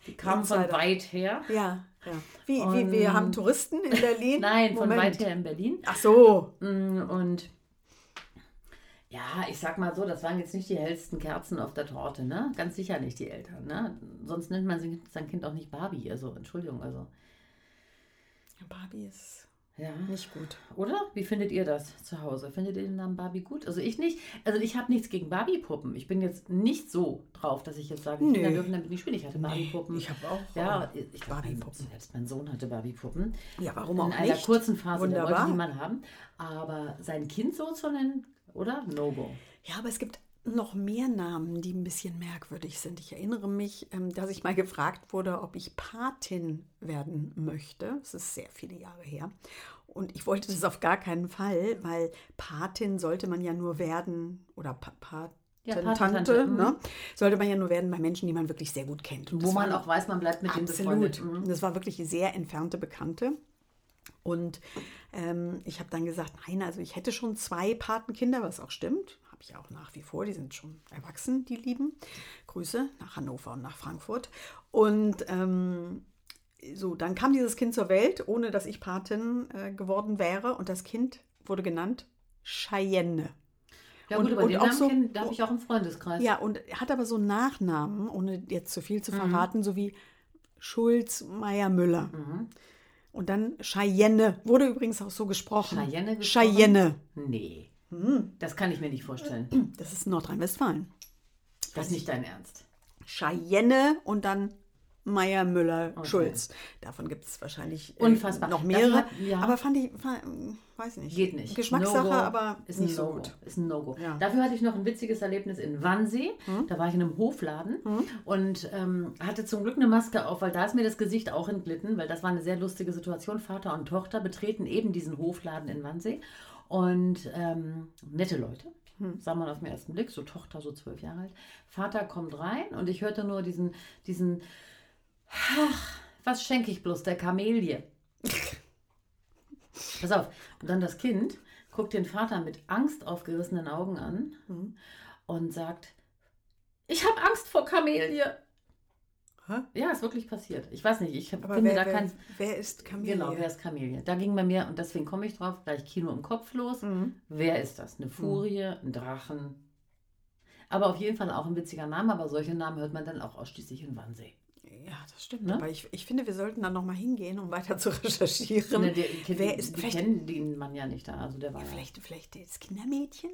Speaker 3: die kamen von
Speaker 2: Insider.
Speaker 3: weit her.
Speaker 2: Ja, ja. Wie, wie wir haben Touristen in Berlin?
Speaker 3: Nein, von
Speaker 2: Moment.
Speaker 3: weit her in Berlin.
Speaker 2: Ach so.
Speaker 3: Mm, Und ja, ich sag mal so, das waren jetzt nicht die hellsten Kerzen auf der Torte, ne? Ganz sicher nicht die Eltern, ne? Sonst nennt man sie- sein Kind auch nicht Barbie, also Entschuldigung, also.
Speaker 2: Barbie ist
Speaker 3: Ja.
Speaker 2: nicht gut.
Speaker 3: Oder? Wie findet ihr das zu Hause? Findet ihr den Namen Barbie gut? Also ich nicht. Also ich habe nichts gegen Barbie-Puppen. Ich bin jetzt nicht so drauf, dass ich jetzt sage,
Speaker 2: Nee.
Speaker 3: Kinder dürfen damit nicht spielen. Ich hatte Barbie-Puppen.
Speaker 2: ich habe auch,
Speaker 3: Ja,
Speaker 2: äh,
Speaker 3: ich glaube, mein-
Speaker 2: Barbie-Puppen.
Speaker 3: selbst mein Sohn hatte Barbie-Puppen.
Speaker 2: Ja, warum auch
Speaker 3: In einer
Speaker 2: nicht?
Speaker 3: kurzen Phase, Wunderbar. der
Speaker 2: Wunderbar.
Speaker 3: wollte niemand haben. Aber sein Kind so zu nennen, oder? No-go.
Speaker 2: Ja, aber es gibt noch mehr Namen, die ein bisschen merkwürdig sind. Ich erinnere mich, ähm, dass ich mal gefragt wurde, ob ich Patin werden möchte. Das ist sehr viele Jahre her. Und ich wollte das auf gar keinen Fall, weil Patin sollte man ja nur werden oder pa
Speaker 3: Ja,
Speaker 2: Patentante,
Speaker 3: Patentante, mhm.
Speaker 2: ne? sollte man ja nur werden bei Menschen, die man wirklich sehr gut kennt. Und
Speaker 3: Wo
Speaker 2: das
Speaker 3: man
Speaker 2: war-
Speaker 3: auch weiß, man bleibt mit dem
Speaker 2: Absolut.
Speaker 3: befreundet. Mhm.
Speaker 2: Das war wirklich sehr entfernte Bekannte. Und ähm, ich habe dann gesagt, nein, also ich hätte schon zwei Patenkinder, was auch stimmt. Habe ich auch nach wie vor. Die sind schon erwachsen, die Lieben. Grüße nach Hannover und nach Frankfurt. Und ähm, so, dann kam dieses Kind zur Welt, ohne dass ich Patin äh, geworden wäre. Und das Kind wurde genannt Cheyenne.
Speaker 3: Ja
Speaker 2: Und-
Speaker 3: gut, aber
Speaker 2: und
Speaker 3: den
Speaker 2: auch
Speaker 3: Namen
Speaker 2: so-
Speaker 3: kennen, da habe ich auch im Freundeskreis.
Speaker 2: Ja, und hat aber so einen Nachnamen, ohne jetzt zu viel zu
Speaker 3: Mhm.
Speaker 2: verraten, so wie Schulz Meier Müller.
Speaker 3: Mhm.
Speaker 2: Und dann Cheyenne. Wurde übrigens auch so gesprochen.
Speaker 3: Cheyenne gesprochen?
Speaker 2: Cheyenne.
Speaker 3: Nee. Das kann ich mir nicht vorstellen.
Speaker 2: Mhm. Das ist in Nordrhein-Westfalen.
Speaker 3: Das ist nicht dein Ernst.
Speaker 2: Cheyenne und dann Meyer Müller Schulz. Davon gibt es wahrscheinlich äh,
Speaker 3: Unfassbar.
Speaker 2: noch
Speaker 3: Das
Speaker 2: mehrere.
Speaker 3: hat- ja.
Speaker 2: Aber fand ich, fa- weiß nicht.
Speaker 3: Geht nicht.
Speaker 2: Geschmackssache,
Speaker 3: No-go.
Speaker 2: aber ist nicht
Speaker 3: ein
Speaker 2: so
Speaker 3: No-go.
Speaker 2: gut.
Speaker 3: Ist ein No-Go.
Speaker 2: Ja. Hm?
Speaker 3: Dafür hatte ich noch ein witziges Erlebnis in Wannsee. Da war ich in einem Hofladen und ähm, hatte zum Glück eine Maske auf, weil da ist mir das Gesicht auch entglitten, weil das war eine sehr lustige Situation. Vater und Tochter betreten eben diesen Hofladen in Wannsee und ähm, nette Leute.
Speaker 2: Hm.
Speaker 3: Sah man auf den ersten Blick, so Tochter, so zwölf Jahre alt. Vater kommt rein und ich hörte nur diesen, diesen, ach, was schenke ich bloß der Kamelie? Pass auf. Und dann das Kind guckt den Vater mit Angst aufgerissenen Augen an
Speaker 2: Mhm.
Speaker 3: und sagt, ich habe Angst vor Kamelie.
Speaker 2: Hä?
Speaker 3: Ja, ist wirklich passiert. Ich weiß nicht, ich hab-
Speaker 2: Aber
Speaker 3: finde
Speaker 2: wer,
Speaker 3: da
Speaker 2: wer,
Speaker 3: kein...
Speaker 2: wer ist Kamille?
Speaker 3: Genau, wer ist Kamelie? Da ging bei mir, und deswegen komme ich drauf, gleich Kino im Kopf los.
Speaker 2: Mhm.
Speaker 3: Wer ist das? Eine Furie, ein Drachen? Aber auf jeden Fall auch ein witziger Name, aber solche Namen hört man dann auch ausschließlich in Wannsee.
Speaker 2: Ja, das stimmt.
Speaker 3: Ne?
Speaker 2: Aber ich, ich finde, wir sollten dann nochmal hingehen, um weiter zu recherchieren.
Speaker 3: Ne, der- die-
Speaker 2: wer ist
Speaker 3: die
Speaker 2: vielleicht,
Speaker 3: kennen den Mann ja nicht da. Also der war ja,
Speaker 2: vielleicht, vielleicht das Kindermädchen?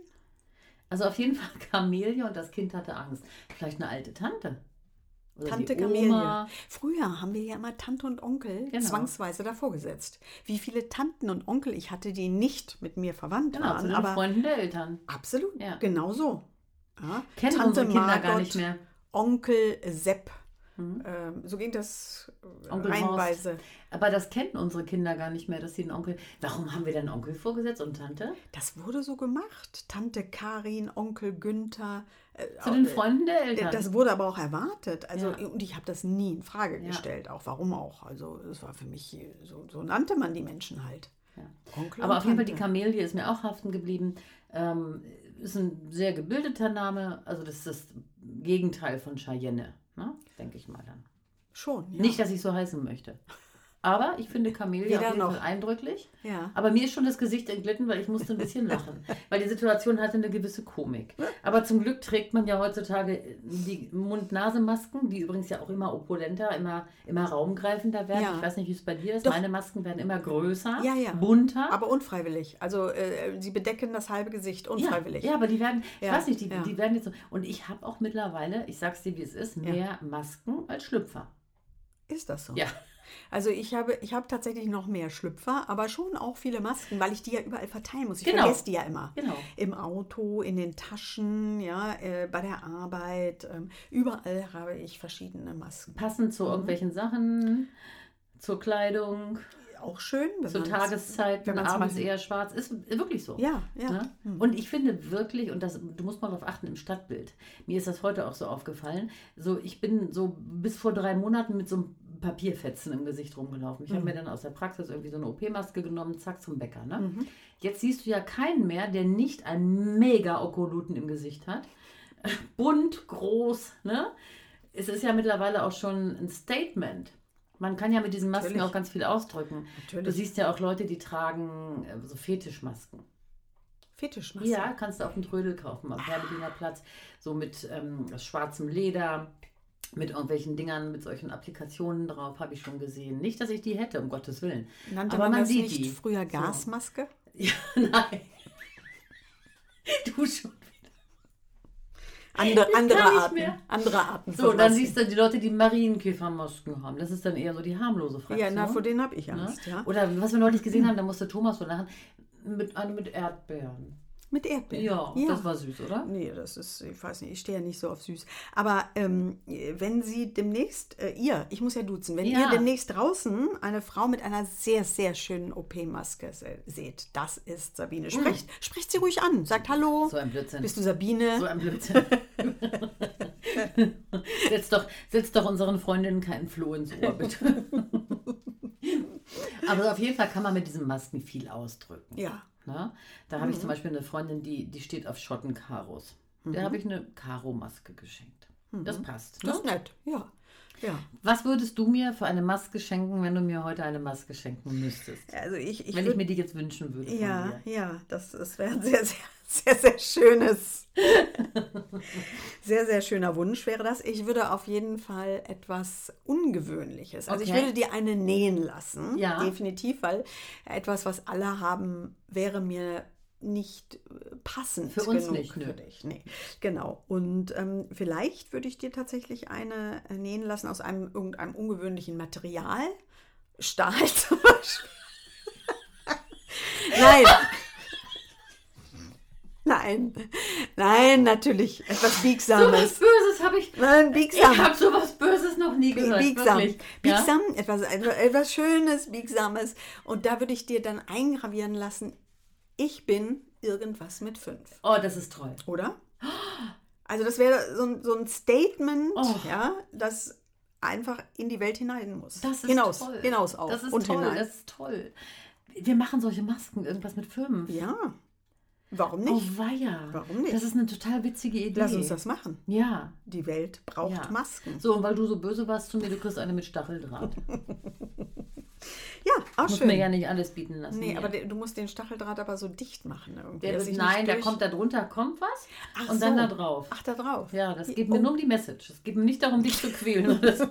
Speaker 3: Also auf jeden Fall Kamelie und das Kind hatte Angst. Vielleicht eine alte Tante. Oder
Speaker 2: Tante
Speaker 3: die
Speaker 2: Kamelie.
Speaker 3: Oma.
Speaker 2: Früher haben wir ja immer Tante und Onkel
Speaker 3: Genau.
Speaker 2: zwangsweise davor gesetzt. Wie viele Tanten und Onkel ich hatte, die nicht mit mir verwandt
Speaker 3: Genau, zu
Speaker 2: waren.
Speaker 3: den
Speaker 2: Aber
Speaker 3: Freunden der Eltern.
Speaker 2: absolut,
Speaker 3: Ja.
Speaker 2: genau so. Ja.
Speaker 3: Kennen unsere Kinder gar nicht mehr.
Speaker 2: Onkel Sepp.
Speaker 3: Mhm.
Speaker 2: Ähm, so ging das äh,
Speaker 3: Onkel Horst.
Speaker 2: reinweise.
Speaker 3: Aber das kennen unsere Kinder gar nicht mehr, dass sie einen Onkel. Warum haben wir denn Onkel vorgesetzt und Tante?
Speaker 2: Das wurde so gemacht. Tante Karin, Onkel Günther. äh,
Speaker 3: Zu den
Speaker 2: äh,
Speaker 3: Freunden der Eltern.
Speaker 2: Das wurde aber auch erwartet. Also,
Speaker 3: Ja.
Speaker 2: Und ich habe das nie in Frage
Speaker 3: Ja.
Speaker 2: gestellt. Auch warum auch. Also es war für mich, äh, so, so nannte man die Menschen halt.
Speaker 3: Ja.
Speaker 2: Onkel
Speaker 3: Aber
Speaker 2: und
Speaker 3: auf jeden Fall die
Speaker 2: Tante.
Speaker 3: Kamelie ist mir auch haften geblieben. Ähm, ist ein sehr gebildeter Name. Also das ist das Gegenteil von Cheyenne, ne? denke ich mal dann.
Speaker 2: Schon, ja.
Speaker 3: Nicht, dass ich so heißen möchte. Aber ich finde Kamelie auf
Speaker 2: Weder
Speaker 3: jeden
Speaker 2: noch.
Speaker 3: Fall eindrücklich.
Speaker 2: ja.
Speaker 3: Aber mir ist schon das Gesicht entglitten, weil ich musste ein bisschen lachen. Weil die Situation hatte eine gewisse Komik. Aber zum Glück trägt man ja heutzutage äh, die Mund-Nase-Masken, die übrigens ja auch immer opulenter, immer, immer raumgreifender werden.
Speaker 2: Ja.
Speaker 3: Ich weiß nicht, wie es bei dir ist.
Speaker 2: Doch.
Speaker 3: Meine Masken werden immer größer,
Speaker 2: Ja, ja.
Speaker 3: bunter.
Speaker 2: Aber unfreiwillig. Also äh, sie bedecken das halbe Gesicht
Speaker 3: ja,
Speaker 2: unfreiwillig.
Speaker 3: ja, aber die werden, ich
Speaker 2: Ja,
Speaker 3: weiß nicht, die,
Speaker 2: ja.
Speaker 3: die werden jetzt so. Und ich habe auch mittlerweile, ich sag's dir, wie es ist, mehr Masken als Schlüpfer.
Speaker 2: Ist das so?
Speaker 3: Ja.
Speaker 2: Also ich habe, ich habe tatsächlich noch mehr Schlüpfer, aber schon auch viele Masken, weil ich die ja überall verteilen muss. Ich
Speaker 3: Genau.
Speaker 2: vergesse die ja immer.
Speaker 3: Genau.
Speaker 2: Im Auto, in den Taschen, ja, äh, bei der Arbeit. Ähm, überall habe ich verschiedene Masken.
Speaker 3: Passend
Speaker 2: Mhm.
Speaker 3: zu irgendwelchen Sachen, zur Kleidung,
Speaker 2: Auch schön. wenn
Speaker 3: zu
Speaker 2: man- wenn
Speaker 3: Tageszeiten,
Speaker 2: man zum
Speaker 3: abends
Speaker 2: Beispiel-
Speaker 3: eher schwarz. Ist wirklich so.
Speaker 2: Ja, ja. Mhm.
Speaker 3: Ne? Und ich finde wirklich, und das, du musst mal darauf achten im Stadtbild, mir ist das heute auch so aufgefallen, so ich bin so bis vor drei Monaten mit so einem Papierfetzen im Gesicht rumgelaufen. Ich
Speaker 2: Mhm.
Speaker 3: habe mir dann aus der Praxis irgendwie so eine OP-Maske genommen, zack zum Bäcker. Ne?
Speaker 2: Mhm.
Speaker 3: Jetzt siehst du ja keinen mehr, der nicht einen Mega-Okoluten im Gesicht hat. Bunt, groß, ne? Es ist ja mittlerweile auch schon ein Statement. Man kann ja mit diesen Masken
Speaker 2: Natürlich.
Speaker 3: auch ganz viel ausdrücken.
Speaker 2: Natürlich.
Speaker 3: Du siehst ja auch Leute, die tragen äh, so Fetischmasken.
Speaker 2: Fetischmasken.
Speaker 3: Ja, kannst du auf dem Trödel kaufen, am Herbedinger Platz. So mit ähm, aus schwarzem Leder, mit irgendwelchen Dingern, mit solchen Applikationen drauf, habe ich schon gesehen. Nicht, dass ich die hätte, um Gottes Willen.
Speaker 2: Nannte
Speaker 3: Aber
Speaker 2: man,
Speaker 3: man
Speaker 2: das
Speaker 3: sieht
Speaker 2: nicht
Speaker 3: die.
Speaker 2: früher
Speaker 3: So.
Speaker 2: Gasmaske?
Speaker 3: Ja, nein. Du schon.
Speaker 2: Andere, andere
Speaker 3: kann nicht
Speaker 2: Arten.
Speaker 3: mehr.
Speaker 2: Andere Arten.
Speaker 3: So, und dann siehst du die Leute, die Marienkäfermasken haben. Das ist dann eher so die harmlose Fraktion.
Speaker 2: Ja, na, vor denen habe ich
Speaker 3: ne?
Speaker 2: Angst. Ja. Hm.
Speaker 3: Oder was wir neulich gesehen haben, da musste Thomas so lachen, mit, eine mit Erdbeeren.
Speaker 2: Mit Erdbeeren.
Speaker 3: Ja, das war süß, oder?
Speaker 2: Nee, das ist, ich weiß nicht, ich stehe ja nicht so auf süß. Aber ähm, wenn Sie demnächst, äh, ihr, ich muss ja duzen, wenn
Speaker 3: Ja.
Speaker 2: ihr demnächst draußen eine Frau mit einer sehr, sehr schönen OP-Maske se seht, das ist Sabine. Sprecht, sprecht sie ruhig an, sagt Hallo,
Speaker 3: Hm. So ein Blödsinn.
Speaker 2: bist du Sabine?
Speaker 3: So ein Blödsinn. setz, doch, setz doch unseren Freundinnen keinen Floh ins Ohr, bitte. Aber auf jeden Fall kann man mit diesen Masken viel ausdrücken.
Speaker 2: ja, Mhm.
Speaker 3: Ne? Da habe ich zum Beispiel eine Freundin, die, die steht auf Schottenkaros. Der habe ich eine Karo-Maske geschenkt. Das passt.
Speaker 2: Mhm. das
Speaker 3: Ne?
Speaker 2: ist nett, ja. Ja,
Speaker 3: Was würdest du mir für eine Maske schenken, wenn du mir heute eine Maske schenken müsstest?
Speaker 2: also ich, ich
Speaker 3: wenn
Speaker 2: würd-
Speaker 3: ich mir die jetzt wünschen würde. von
Speaker 2: Ja,
Speaker 3: dir.
Speaker 2: ja, das, das wäre ein sehr, sehr, sehr, sehr schönes, sehr, sehr schöner Wunsch wäre das. Ich würde auf jeden Fall etwas Ungewöhnliches. Also ich
Speaker 3: Okay.
Speaker 2: würde dir eine nähen lassen,
Speaker 3: Ja.
Speaker 2: definitiv, weil etwas, was alle haben, wäre mir nicht äh, passend
Speaker 3: Für uns
Speaker 2: genug
Speaker 3: nicht,
Speaker 2: für
Speaker 3: nö.
Speaker 2: dich. Nee. Genau. Und ähm, vielleicht würde ich dir tatsächlich eine äh, nähen lassen aus einem irgendeinem ungewöhnlichen Material. Stahl zum Beispiel. Nein. Nein. Nein, natürlich. Etwas
Speaker 3: So
Speaker 2: Biegsames.
Speaker 3: was Böses habe ich.
Speaker 2: Nein,
Speaker 3: Ich
Speaker 2: biegsam.
Speaker 3: habe sowas Böses noch nie gehört.
Speaker 2: Biegsam,
Speaker 3: Wirklich. Ja?
Speaker 2: biegsam etwas, etwas, etwas Schönes, Biegsames. Und da würde ich dir dann eingravieren lassen, ich bin irgendwas mit fünf,
Speaker 3: Oh, das ist toll.
Speaker 2: oder? Also das wäre so, ein- so ein Statement,
Speaker 3: Oh.
Speaker 2: ja, das einfach in die Welt hinein muss.
Speaker 3: Das ist
Speaker 2: hinaus,
Speaker 3: toll.
Speaker 2: hinaus auch
Speaker 3: Das ist
Speaker 2: und
Speaker 3: toll.
Speaker 2: hinein.
Speaker 3: Das ist toll. Wir machen solche Masken, irgendwas mit Firmen.
Speaker 2: ja, warum
Speaker 3: Oh,
Speaker 2: nicht?
Speaker 3: weia.
Speaker 2: Warum nicht?
Speaker 3: Das ist eine total witzige Idee.
Speaker 2: Lass uns das machen.
Speaker 3: Ja.
Speaker 2: Die Welt braucht
Speaker 3: ja.
Speaker 2: Masken.
Speaker 3: So, und weil du so böse warst zu mir, du kriegst eine mit Stacheldraht.
Speaker 2: Ja, auch
Speaker 3: Muss
Speaker 2: schön.
Speaker 3: mir ja nicht alles bieten lassen.
Speaker 2: nee,
Speaker 3: hier.
Speaker 2: aber der- du musst den Stacheldraht aber so dicht machen irgendwie.
Speaker 3: der,
Speaker 2: dass ich nicht
Speaker 3: nein, da
Speaker 2: durch-
Speaker 3: kommt da drunter, kommt was
Speaker 2: Ach
Speaker 3: und dann
Speaker 2: so.
Speaker 3: da drauf.
Speaker 2: Ach, da drauf.
Speaker 3: Ja, das
Speaker 2: Die- oh.
Speaker 3: geht mir nur um die Message. Es geht mir nicht darum, dich zu quälen. oder so.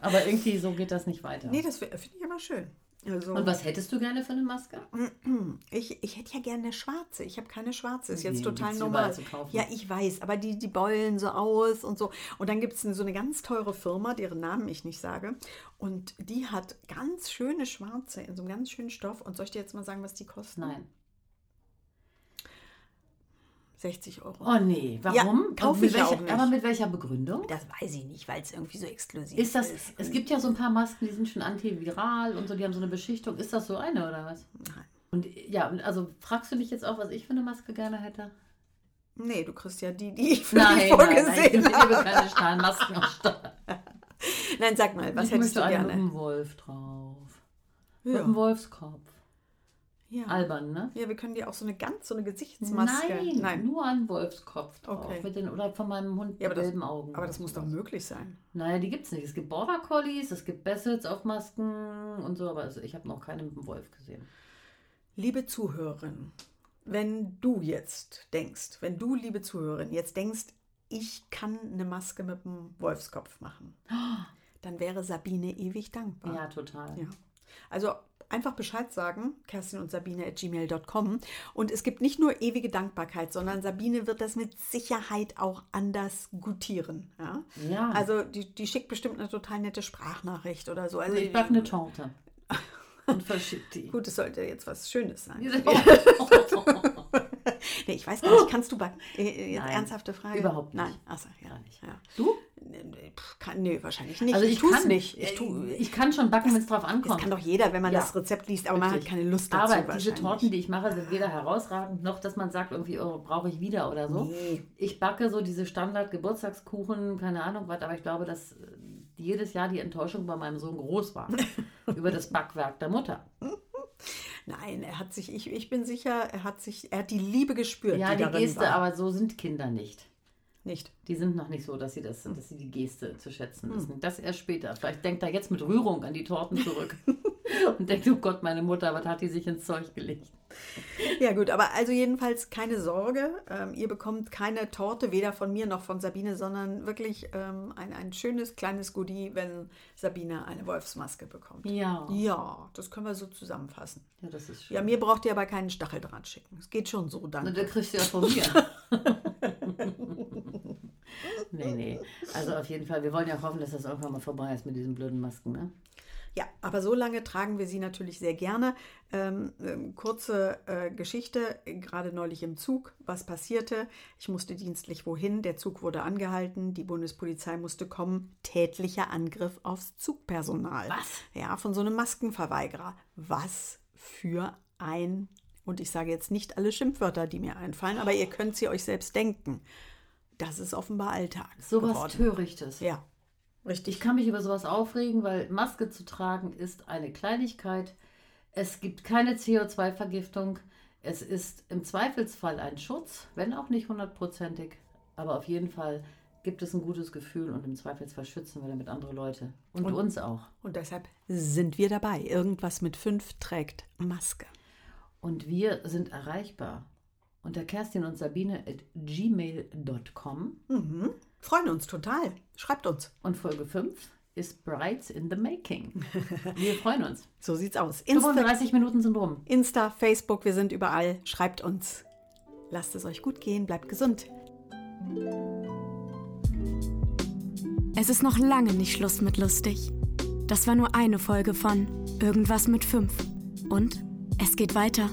Speaker 3: Aber irgendwie so geht das nicht weiter.
Speaker 2: Nee, das finde ich aber schön. Also,
Speaker 3: Und was hättest du gerne für eine Maske?
Speaker 2: Mhm. ich, ich hätte ja gerne eine schwarze. Ich habe keine schwarze. Ist jetzt
Speaker 3: Nee,
Speaker 2: total
Speaker 3: gibt's überall
Speaker 2: normal.
Speaker 3: zu kaufen.
Speaker 2: Ja, ich weiß, aber die, die beulen so aus und so. Und dann gibt es so eine ganz teure Firma, deren Namen ich nicht sage. Und die hat ganz schöne schwarze in so einem ganz schönen Stoff. Und soll ich dir jetzt mal sagen, was die kosten?
Speaker 3: Nein.
Speaker 2: 60 Euro.
Speaker 3: Oh nee, warum?
Speaker 2: Ja, kaufe
Speaker 3: Und mit
Speaker 2: ich
Speaker 3: welcher,
Speaker 2: auch nicht.
Speaker 3: Aber mit welcher Begründung?
Speaker 2: Das weiß ich nicht, weil es irgendwie so exklusiv
Speaker 3: Ist das,
Speaker 2: ist.
Speaker 3: es gibt ja so ein paar Masken, die sind schon antiviral und so, die haben so eine Beschichtung. Ist das so eine oder was?
Speaker 2: Nein.
Speaker 3: Und ja, und also fragst du mich jetzt auch, was ich für eine Maske gerne hätte?
Speaker 2: Nee, du kriegst ja die, die ich für dich
Speaker 3: ich
Speaker 2: vorgesehen
Speaker 3: liebe
Speaker 2: habe.
Speaker 3: keine Stahlmasken aus Stahl.
Speaker 2: Nein, sag mal, was
Speaker 3: ich
Speaker 2: hättest
Speaker 3: möchte
Speaker 2: du
Speaker 3: einen mit
Speaker 2: gerne?
Speaker 3: einem Wolf drauf. Mit einem
Speaker 2: Ja.
Speaker 3: Wolfskopf.
Speaker 2: Ja.
Speaker 3: Albern, ne?
Speaker 2: ja, wir können dir auch so eine ganz, so eine Gesichtsmaske.
Speaker 3: Nein, nur ein Wolfskopf drauf.
Speaker 2: Okay.
Speaker 3: Mit den, oder von meinem Hund
Speaker 2: Ja,
Speaker 3: ja,
Speaker 2: aber das-
Speaker 3: gelben Augen.
Speaker 2: Aber das muss doch möglich sein.
Speaker 3: Naja, die gibt's nicht. Es gibt Border Collies, es gibt Bassets auf Masken und so, aber also ich habe noch keine mit einem Wolf gesehen.
Speaker 2: Liebe Zuhörerin, wenn du jetzt denkst, wenn du, liebe Zuhörerin, jetzt denkst, ich kann eine Maske mit einem Wolfskopf machen, dann wäre Sabine ewig dankbar.
Speaker 3: Ja, total.
Speaker 2: Ja. Also einfach Bescheid sagen, Kerstin und Sabine at gmail.com. Und es gibt nicht nur ewige Dankbarkeit, sondern Sabine wird das mit Sicherheit auch anders gutieren. Ja?
Speaker 3: Ja.
Speaker 2: Also die, die schickt bestimmt eine total nette Sprachnachricht oder so. Also
Speaker 3: ich backe eine Torte und verschicke die.
Speaker 2: Gut, es sollte jetzt was Schönes sein.
Speaker 3: Gar
Speaker 2: Nee, ich weiß gar nicht, kannst du backen? Äh, äh, Jetzt
Speaker 3: Nein,
Speaker 2: ernsthafte Frage.
Speaker 3: überhaupt nicht.
Speaker 2: Nein, achso, ja.
Speaker 3: nicht.
Speaker 2: ja.
Speaker 3: Du?
Speaker 2: Nee, pff, Kann, nee, wahrscheinlich nicht.
Speaker 3: Also ich,
Speaker 2: tu's
Speaker 3: kann
Speaker 2: nicht. Äh,
Speaker 3: Ich,
Speaker 2: Ich tu,
Speaker 3: ich kann schon backen, wenn es drauf ankommt.
Speaker 2: das kann doch jeder, wenn man
Speaker 3: Ja.
Speaker 2: das Rezept liest, aber man hat
Speaker 3: Richtig.
Speaker 2: keine Lust dazu.
Speaker 3: Aber diese
Speaker 2: wahrscheinlich.
Speaker 3: Torten, die ich mache, sind weder herausragend noch, dass man sagt, irgendwie oh, brauche ich wieder oder so.
Speaker 2: Nee.
Speaker 3: Ich backe so diese Standard-Geburtstagskuchen, keine Ahnung was, aber ich glaube, dass äh, jedes Jahr die Enttäuschung bei meinem Sohn groß war über das Backwerk der Mutter.
Speaker 2: Nein, er hat sich, ich, ich bin sicher, er hat sich, er hat die Liebe gespürt.
Speaker 3: Ja, die,
Speaker 2: darin
Speaker 3: Geste,
Speaker 2: war.
Speaker 3: aber so sind Kinder nicht.
Speaker 2: Nicht.
Speaker 3: Die sind noch nicht so, dass sie das, dass sie die Geste zu schätzen
Speaker 2: Hm.
Speaker 3: wissen. Das erst später. Vielleicht denkt er jetzt mit Rührung an die Torten zurück und denkt, oh Gott, meine Mutter, was hat die sich ins Zeug gelegt?
Speaker 2: Ja, gut, aber also jedenfalls keine Sorge. Ähm, ihr bekommt keine Torte, weder von mir noch von Sabine, sondern wirklich ähm, ein, ein schönes kleines Goodie, wenn Sabine eine Wolfsmaske bekommt.
Speaker 3: Ja.
Speaker 2: Ja, das können wir so zusammenfassen.
Speaker 3: Ja, das ist schön.
Speaker 2: Ja, mir braucht ihr aber keinen Stacheldraht schicken. Es geht schon so,
Speaker 3: Na,
Speaker 2: danke.
Speaker 3: der kriegst du ja von mir. nee, nee. Also auf jeden Fall, wir wollen ja hoffen, dass das irgendwann mal vorbei ist mit diesen blöden Masken, ne?
Speaker 2: Ja, aber so lange tragen wir sie natürlich sehr gerne. Ähm, ähm, kurze äh, Geschichte, äh, gerade neulich im Zug, was passierte. Ich musste dienstlich wohin, der Zug wurde angehalten, die Bundespolizei musste kommen. Tätlicher Angriff aufs Zugpersonal.
Speaker 3: Was?
Speaker 2: Ja, von so einem Maskenverweigerer. Was für ein... Und ich sage jetzt nicht alle Schimpfwörter, die mir einfallen, aber ihr könnt sie euch selbst denken. Das ist offenbar Alltag
Speaker 3: Sowas
Speaker 2: geworden.
Speaker 3: Törichtes.
Speaker 2: Ja,
Speaker 3: Ich kann mich über sowas aufregen, weil Maske zu tragen ist eine Kleinigkeit. Es gibt keine CO2-Vergiftung. Es ist im Zweifelsfall ein Schutz, wenn auch nicht hundertprozentig. Aber auf jeden Fall gibt es ein gutes Gefühl und im Zweifelsfall schützen wir damit andere Leute. Und, uns auch.
Speaker 2: Und deshalb sind wir dabei. Irgendwas mit fünf trägt Maske.
Speaker 3: Und wir sind erreichbar unter Kerstin und Sabine at gmail.com
Speaker 2: Freuen uns total. Schreibt uns.
Speaker 3: und Folge 5 ist bereits in the making. Wir freuen uns.
Speaker 2: So sieht's aus. Insta,
Speaker 3: 35 Minuten sind rum.
Speaker 2: Insta, Facebook, wir sind überall. Schreibt uns. Lasst es euch gut gehen, bleibt gesund.
Speaker 1: Es ist noch lange nicht Schluss mit lustig. Das war nur eine Folge von Irgendwas mit 5. Und es geht weiter.